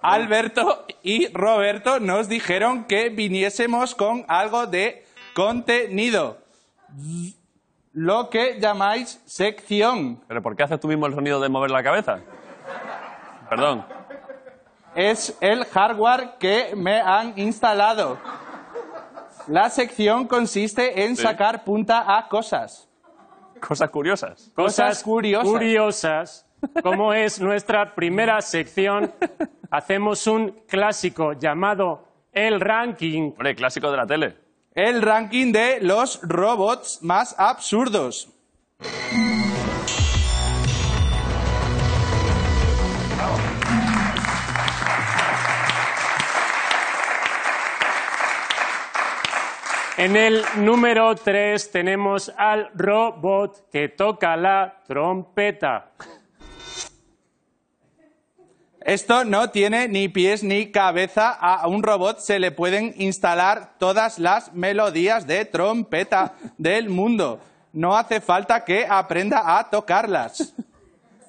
S11: Alberto y Roberto nos dijeron que viniésemos con algo de contenido. Lo que llamáis sección.
S1: ¿Pero por qué haces tú mismo el sonido de mover la cabeza? Perdón.
S11: Es el hardware que me han instalado. La sección consiste en
S1: Sí.
S11: sacar punta a cosas.
S1: Cosas curiosas.
S11: Cosas curiosas.
S2: curiosas. Como es nuestra primera sección, hacemos un clásico llamado El Ranking.
S1: Hombre, clásico de la tele.
S11: El ranking de los robots más absurdos.
S2: En el número 3 tenemos al robot que toca la trompeta.
S11: Esto no tiene ni pies ni cabeza. A un robot se le pueden instalar todas las melodías de trompeta del mundo. No hace falta que aprenda a tocarlas.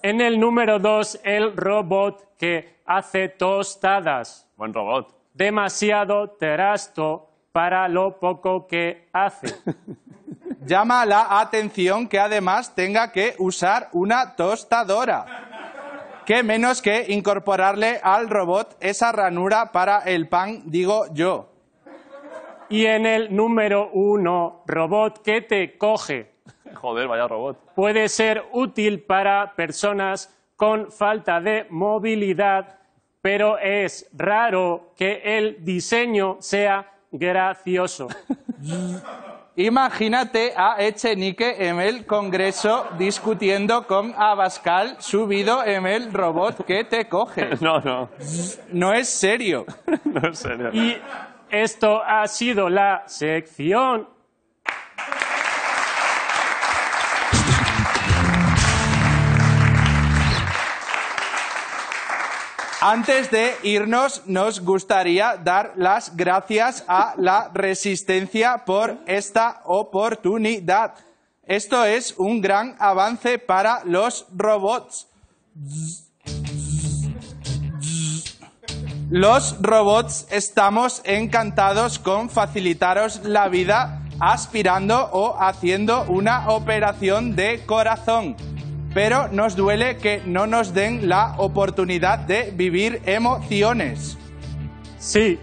S2: En el número 2, el robot que hace tostadas.
S1: Buen robot.
S2: Demasiado terasto para lo poco que hace.
S11: Llama la atención que además tenga que usar una tostadora. Qué menos que incorporarle al robot esa ranura para el pan, digo yo.
S2: Y en el número 1, robot que te coge.
S1: Joder, vaya robot.
S2: puede ser útil para personas con falta de movilidad, pero es raro que el diseño sea gracioso.
S11: Imagínate a Echenique en el Congreso discutiendo con Abascal subido en el robot que te coge.
S1: No, no.
S11: No es serio.
S1: No en serio.
S2: Y esto ha sido la sección.
S11: Antes de irnos, nos gustaría dar las gracias a la Resistencia por esta oportunidad. Esto es un gran avance para los robots. Los robots estamos encantados con facilitaros la vida aspirando o haciendo una operación de corazón. Pero nos duele que no nos den la oportunidad de vivir emociones.
S2: Sí.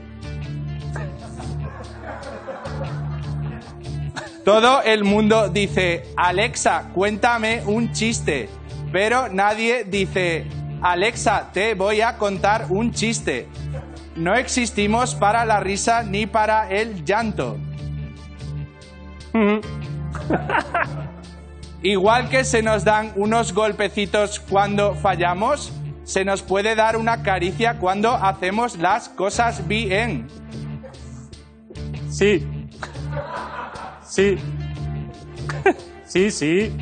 S11: Todo el mundo dice, Alexa, cuéntame un chiste. Pero nadie dice, Alexa, te voy a contar un chiste. No existimos para la risa ni para el llanto. Igual que se nos dan unos golpecitos cuando fallamos, se nos puede dar una caricia cuando hacemos las cosas bien.
S2: Sí. Sí. Sí, sí.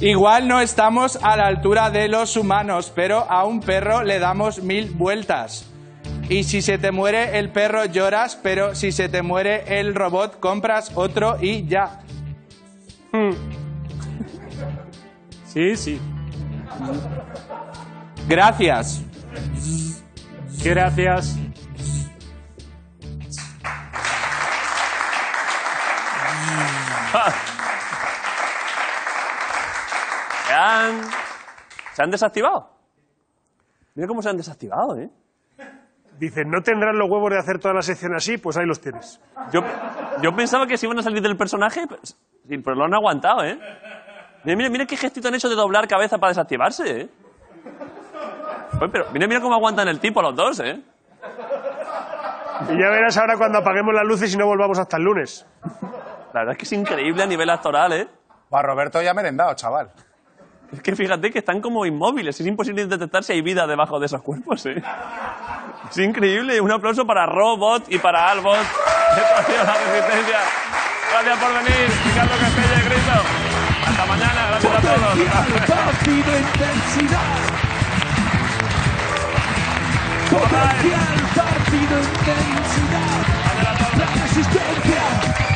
S11: Igual no estamos a la altura de los humanos, pero a un perro le damos mil vueltas. Y si se te muere el perro lloras, pero si se te muere el robot compras otro y ya.
S2: Sí, sí.
S11: Gracias.
S2: Gracias.
S1: Ah. Se han, se han desactivado. Mira cómo se han desactivado, ¿eh?
S3: Dicen, ¿no tendrás los huevos de hacer toda la sección así? Pues ahí los tienes.
S1: Yo, yo pensaba que se iban a salir del personaje, pero, sí, pero lo han aguantado, ¿eh? Mira, mira, mira qué gestito han hecho de doblar cabeza para desactivarse, ¿eh? Pues, pero mira, mira cómo aguantan el tipo los dos, ¿eh?
S3: Y ya verás ahora cuando apaguemos las luces y no volvamos hasta el lunes.
S1: La verdad es que es increíble a nivel actoral, ¿eh?
S4: Va, Roberto ya ha merendado, chaval.
S1: Es que fíjate que están como inmóviles. Es imposible detectar si hay vida debajo de esos cuerpos, ¿eh? Es increíble. Un aplauso para Robot y para Albot. Esto ha sido La Resistencia. Gracias por venir. Ricardo Castella y Cristo. Hasta mañana. Gracias a todos.
S12: Potencial partido intensidad. La resistencia.